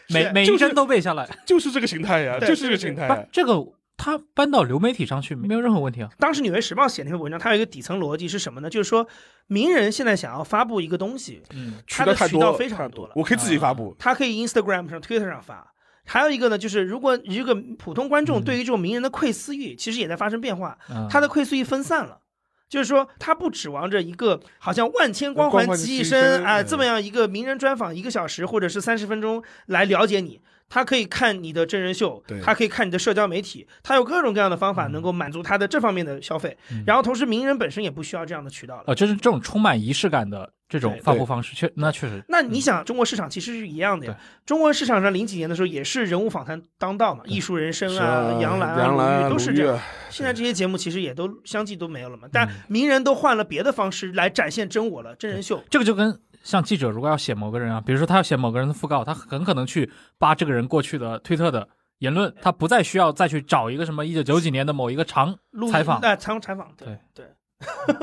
Speaker 2: 每
Speaker 4: 是
Speaker 2: 每
Speaker 4: 就
Speaker 2: 一
Speaker 4: 是哎
Speaker 2: 帧都背下来。
Speaker 4: 就是这个形态呀，
Speaker 3: 对
Speaker 4: 就是这
Speaker 3: 对
Speaker 4: 个
Speaker 3: 对
Speaker 4: 形
Speaker 2: 不
Speaker 4: 态
Speaker 2: 是，这个它搬到流媒体上去没有任何问题啊。
Speaker 3: 当时《纽约时报》写那篇文章，它有一个底层逻辑是什么呢？就是说，名人现在想要发布一个东西，
Speaker 2: 嗯，
Speaker 3: 他
Speaker 4: 道
Speaker 3: 的
Speaker 4: 太
Speaker 3: 渠道
Speaker 4: 多，
Speaker 3: 非常啊
Speaker 4: 太
Speaker 3: 多了
Speaker 4: 我可以自己发布，
Speaker 3: 他可以 Instagram 上、Twitter 上发。还有一个呢，就是如果一个普通观众对于这种名人的窥私欲，其实也在发生变化。
Speaker 2: 嗯
Speaker 3: 他的窥视欲分散了。就是说，他不指望着一个好像万千光环集一
Speaker 4: 光环集一
Speaker 3: 身
Speaker 4: 身
Speaker 3: 啊
Speaker 4: 嗯
Speaker 3: 这么样一个名人专访一个小时或者是三十分钟来了解你，他可以看你的真人秀
Speaker 4: 对，
Speaker 3: 他可以看你的社交媒体，他有各种各样的方法能够满足他的这方面的消费。然后同时，名人本身也不需要这样的渠道了。
Speaker 2: 呃，就是这种充满仪式感的这种
Speaker 3: 对
Speaker 2: 发布方式，确那确实，
Speaker 3: 那
Speaker 4: 嗯
Speaker 3: 你想，中国市场其实是一样的呀。中国市场上零几年的时候也是人物访谈当道嘛，艺术人生啊、
Speaker 4: 是
Speaker 3: 杨澜啊、
Speaker 4: 杨澜
Speaker 3: 鲁
Speaker 4: 啊
Speaker 3: 豫都是这
Speaker 4: 鲁
Speaker 3: 样
Speaker 4: 豫。啊嗯
Speaker 3: 现在这些节目其实也都相继都没有了嘛，但名人都换了别的方式来展现真我了，真人秀。
Speaker 2: 这个就跟像记者如果要写某个人啊，比如说他要写某个人的讣告，他很可能去扒这个人过去的推特的言论，他不再需要再去找一个什么一九九几年的某一个长
Speaker 3: 录音
Speaker 2: 采访，
Speaker 3: 啊，采采访，对对，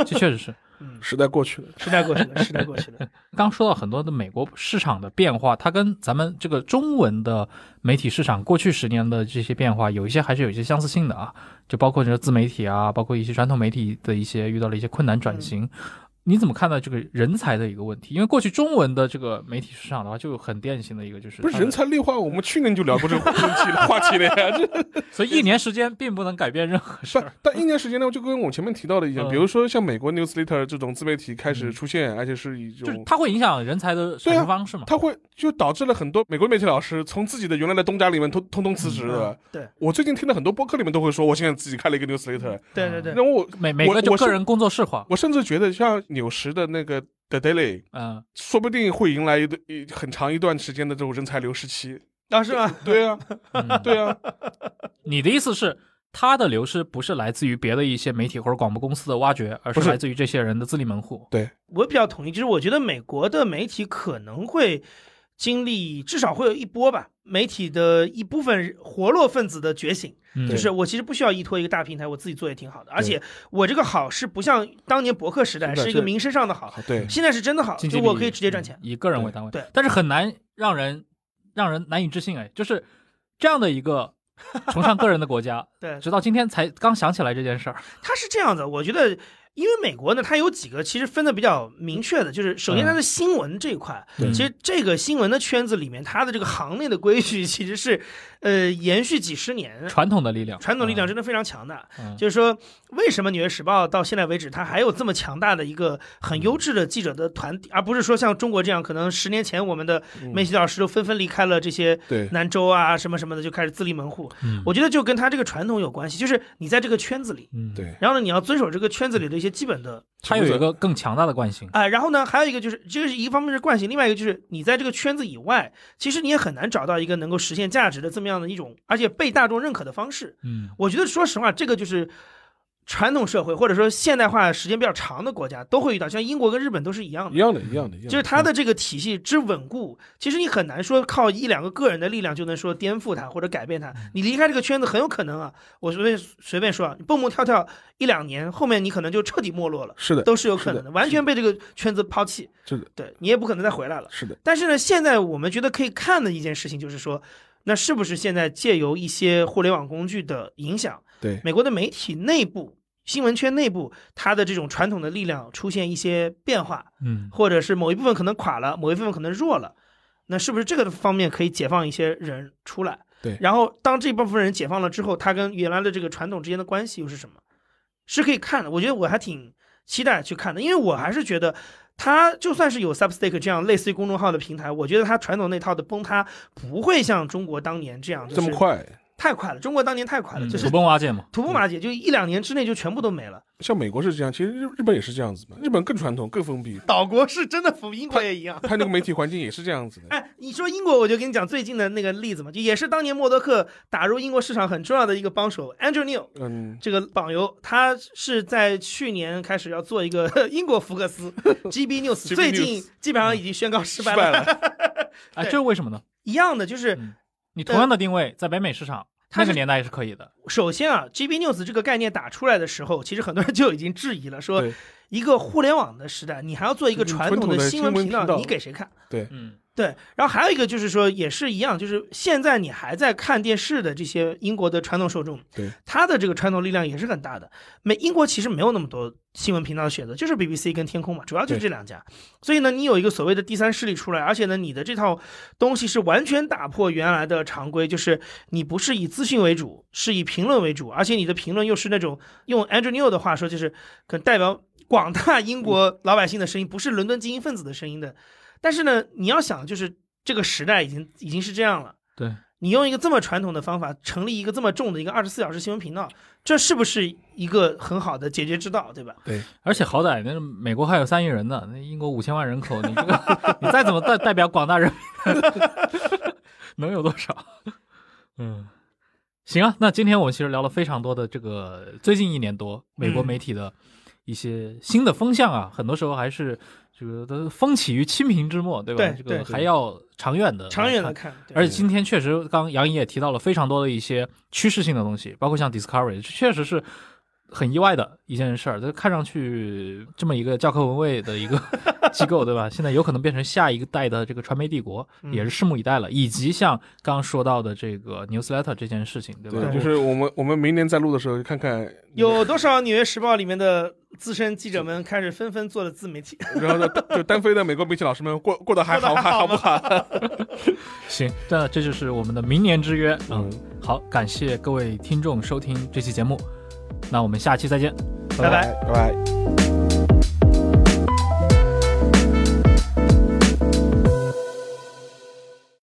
Speaker 2: 这确实是。
Speaker 3: 嗯，
Speaker 4: 时代过去了，
Speaker 3: 时代过去了，时代过去了，
Speaker 2: 刚说到很多的美国市场的变化，它跟咱们这个中文的媒体市场过去十年的这些变化，有一些还是有一些相似性的啊，就包括这个自媒体啊，包括一些传统媒体的一些遇到了一些困难
Speaker 4: 嗯
Speaker 2: 转型。你怎么看待这个人才的一个问题？因为过去中文的这个媒体市场的话，就有很典型的一个就是
Speaker 4: 不
Speaker 3: 啊
Speaker 4: 是
Speaker 2: 它的
Speaker 4: 人才劣化，我们去年就聊过这个问题了话题了 呀，这
Speaker 2: 所以一年时间并不能改变任何事
Speaker 4: 不
Speaker 2: 儿。，
Speaker 4: 但一年时间呢，就跟我前面提到的一样，
Speaker 2: 嗯
Speaker 4: 比如说像美国 newsletter 这种自媒体开始
Speaker 2: 嗯
Speaker 4: 出现，而且是一
Speaker 2: 就是
Speaker 4: 种。
Speaker 2: 它会影响人才的产
Speaker 4: 对啊
Speaker 2: 生方式嘛？
Speaker 4: 它会就导致了很多美国媒体老师从自己的原来的东家里面通通通辞职了
Speaker 3: 嗯。 对
Speaker 4: 我最近听的很多播客里面都会说，我现在自己开了一个 newsletter，
Speaker 3: 对对对
Speaker 4: 然后我
Speaker 2: 每每个
Speaker 4: 我
Speaker 2: 就
Speaker 4: 我是
Speaker 2: 个人工作室化，
Speaker 4: 我甚至觉得像纽时的那个 The Daily，
Speaker 2: 嗯，
Speaker 4: 说不定会迎来一段一很长一段时间的这种人才流失期。
Speaker 3: 啊，是吧？
Speaker 4: 对啊，
Speaker 2: 嗯
Speaker 4: 对啊，
Speaker 2: 你的意思是，它的流失不是来自于别的一些媒体或者广播公司的挖掘，而是
Speaker 4: 不是
Speaker 2: 来自于这些人的自立门户？
Speaker 3: 我比较同意，就是我觉得美国的媒体可能会经历，至少会有一波吧，媒体的一部分活络分子的觉醒。
Speaker 2: 嗯
Speaker 3: 就是我其实不需要依托一个大平台，我自己做也挺好的。而且我这个好是不像当年博客时代
Speaker 4: 是的
Speaker 3: 是一个
Speaker 4: 是
Speaker 3: 名声上的好，
Speaker 4: 好对，
Speaker 3: 现在是真的好，
Speaker 2: 经济
Speaker 3: 就
Speaker 2: 利益
Speaker 3: 我可以直接
Speaker 4: 嗯
Speaker 3: 赚钱。
Speaker 2: 嗯以个人为单位，
Speaker 3: 对对
Speaker 2: 但是很难让人让人难以置信哎，就是这样的一个崇尚个人的国 家，
Speaker 3: 对，
Speaker 2: 直到今天才刚想起来这件事儿。
Speaker 3: 它是这样子，我觉得。因为美国呢，它有几个其实分的比较明确的，就是首先
Speaker 4: 嗯
Speaker 3: 它的新闻这一块，
Speaker 2: 对
Speaker 3: 其实这个新闻的圈子里面，它的这个行内的规矩其实是，呃，延续几十年，
Speaker 2: 传统的力量，
Speaker 3: 传统力量
Speaker 2: 嗯
Speaker 3: 真的非常强大。
Speaker 2: 嗯
Speaker 3: 就是说，为什么《纽约时报》到现在为止，它还有这么强大的一个
Speaker 2: 嗯
Speaker 3: 很优质的记者的团体，而不是说像中国这样，可能十年前我们的
Speaker 2: 嗯
Speaker 3: 媒体老师都纷纷离开了这些
Speaker 4: 对
Speaker 3: 南州啊什么什么的，就开始自立门户。
Speaker 2: 嗯
Speaker 3: 我觉得就跟它这个传统有关系，就是你在这个圈子里，
Speaker 2: 嗯，
Speaker 4: 对，
Speaker 3: 然后呢，你要遵守这个圈子里的一些基本的
Speaker 2: 它有一个更强大的惯性，
Speaker 3: 啊、然后呢，还有一个就是，这个是一方面是惯性，另外一个就是你在这个圈子以外，其实你也很难找到一个能够实现价值的这么样的一种，而且被大众认可的方式。
Speaker 2: 嗯
Speaker 3: 我觉得，说实话，这个就是传统社会或者说现代化时间比较长的国家都会遇到，像英国跟日本都是一样
Speaker 4: 一
Speaker 3: 的。
Speaker 4: 样的，一样的，一样的嗯
Speaker 3: 就是它的这个体系之稳固，其实你很难说靠一两个个人的力量就能说颠覆它或者改变
Speaker 4: 嗯
Speaker 3: 它。你离开这个圈子，很有可能啊，我随便随便说啊，你蹦蹦跳跳一两年，后面你可能就彻底没落了。
Speaker 4: 是的，
Speaker 3: 都是有可能
Speaker 4: 是
Speaker 3: 的，
Speaker 4: 的
Speaker 3: 完全被这个圈子抛弃，
Speaker 4: 是的，
Speaker 3: 对你也不可能再回来了。
Speaker 4: 是的，
Speaker 3: 但是呢，现在我们觉得可以看的一件事情就是说，那是不是现在借由一些互联网工具的影响，
Speaker 4: 对，
Speaker 3: 美国的媒体内部、新闻圈内部，它的这种传统的力量出现一些变化，
Speaker 2: 嗯，
Speaker 3: 或者是某一部分可能垮了，某一部分可能弱了。那是不是这个方面可以解放一些人出来？
Speaker 4: 对
Speaker 3: 然后当这部分人解放了之后，他跟原来的这个传统之间的关系又是什么？是可以看的。我觉得我还挺期待去看的，因为我还是觉得。它就算是有 Substack 这样类似于公众号的平台，我觉得它传统那套的崩塌不会像中国当年这样，
Speaker 4: 这么，快，
Speaker 3: 太快了。中国当年太快了，
Speaker 2: 嗯
Speaker 3: 就是
Speaker 2: 土崩瓦解嘛，
Speaker 3: 土崩瓦解，就一两年之内就全部都没了。
Speaker 4: 像美国是这样，其实日日本也是这样子嘛，日本更传统，更封闭，
Speaker 3: 岛国是真的服，英国也一样。
Speaker 4: 它那个媒体环境也是这样子的，
Speaker 3: 哎，你说英国，我就跟你讲最近的那个例子嘛，就也是当年默多克打入英国市场很重要的一个帮手，Andrew Neil
Speaker 4: 嗯，
Speaker 3: 这个榜油，他是在去年开始要做一个 英国福克 斯 GB News，
Speaker 4: GB
Speaker 3: 最近基本上已经宣告失
Speaker 4: 失
Speaker 3: 败
Speaker 4: 败
Speaker 3: 了。
Speaker 4: 了，
Speaker 2: 哎，
Speaker 3: 对
Speaker 2: 这是为什么呢？
Speaker 3: 一样的，就是
Speaker 2: 你同样的定位在北美市场
Speaker 3: 它
Speaker 2: 那
Speaker 3: 是
Speaker 2: 个年代也是可以的，
Speaker 3: 首先啊，GB News 这个概念打出来的时候，其实很多人就已经质疑了，说
Speaker 4: 对
Speaker 3: 一个互联网的时代，你还要做一个
Speaker 4: 嗯
Speaker 3: 传
Speaker 4: 传
Speaker 3: 统
Speaker 4: 统的
Speaker 3: 新
Speaker 4: 新
Speaker 3: 闻
Speaker 4: 闻
Speaker 3: 频
Speaker 4: 频道
Speaker 3: 你给谁看？
Speaker 2: 嗯
Speaker 3: 对，然后还有一个就是说，也是一样，就是现在你还在看电视的这些英国的传统受众，
Speaker 4: 对
Speaker 3: 他的这个传统力量也是很大的。美英国其实没有那么多新闻频道的选择，就是 BBC 跟天空嘛，主要就是
Speaker 4: 对
Speaker 3: 这两家。所以呢，你有一个所谓的第三势力出来，而且呢，你的这套东西是完全打破原来的常规，就是你不是以资讯为主，是以评论为主，而且你的评论又是那种用 Andrew Neil 的话说，就是可能代表广大英
Speaker 2: 嗯
Speaker 3: 国老百姓的声音，不是伦敦精英分子的声音的。但是呢，你要想，就是这个时代已经已经是这样了。
Speaker 2: 对，
Speaker 3: 你用一个这么传统的方法成立一个这么重的一个二十四小时新闻频道，这是不是一个很好的解决之道，对吧？
Speaker 2: 而且好歹那是美国还有三亿人呢，那英国五千万人口，你这个你再怎么代代表广大人民，能有多少？嗯，行啊，那今天我们其实聊了非常多的这个最近一年多美国
Speaker 3: 嗯
Speaker 2: 媒体的一些新的风向啊，很多时候还是这个都风起于清平之末，对吧？
Speaker 3: 对
Speaker 2: 这
Speaker 3: 对
Speaker 2: 个还要长远的
Speaker 3: 长
Speaker 2: 来
Speaker 3: 远的
Speaker 2: 呃看
Speaker 3: 看，对
Speaker 2: 而且今天确实，刚刚杨颖也提到了非常多的一些趋势性的东西，包括像 Discovery，确实是很意外的一件事儿。这看上去这么一个教科文卫的一个 机构，对吧？现在有可能变成下一个代的这个传媒帝国，
Speaker 3: 嗯
Speaker 2: 也是拭目以待了。以及像刚刚说到的这个 newsletter 这件事情，对吧？
Speaker 4: 对，
Speaker 2: 我
Speaker 4: 就是我们我们明年再录的时候，看看，
Speaker 3: 有多少《纽约时报》里面的资深记者们开始纷纷做了自媒体？
Speaker 4: 然后呢，就单飞的美国媒体老师们过过得还好还好不好？
Speaker 2: 行，那这就是我们的明年之约。嗯
Speaker 4: 嗯，
Speaker 2: 好，感谢各位听众收听这期节目，那我们下期再见，
Speaker 3: 拜拜
Speaker 4: 拜拜。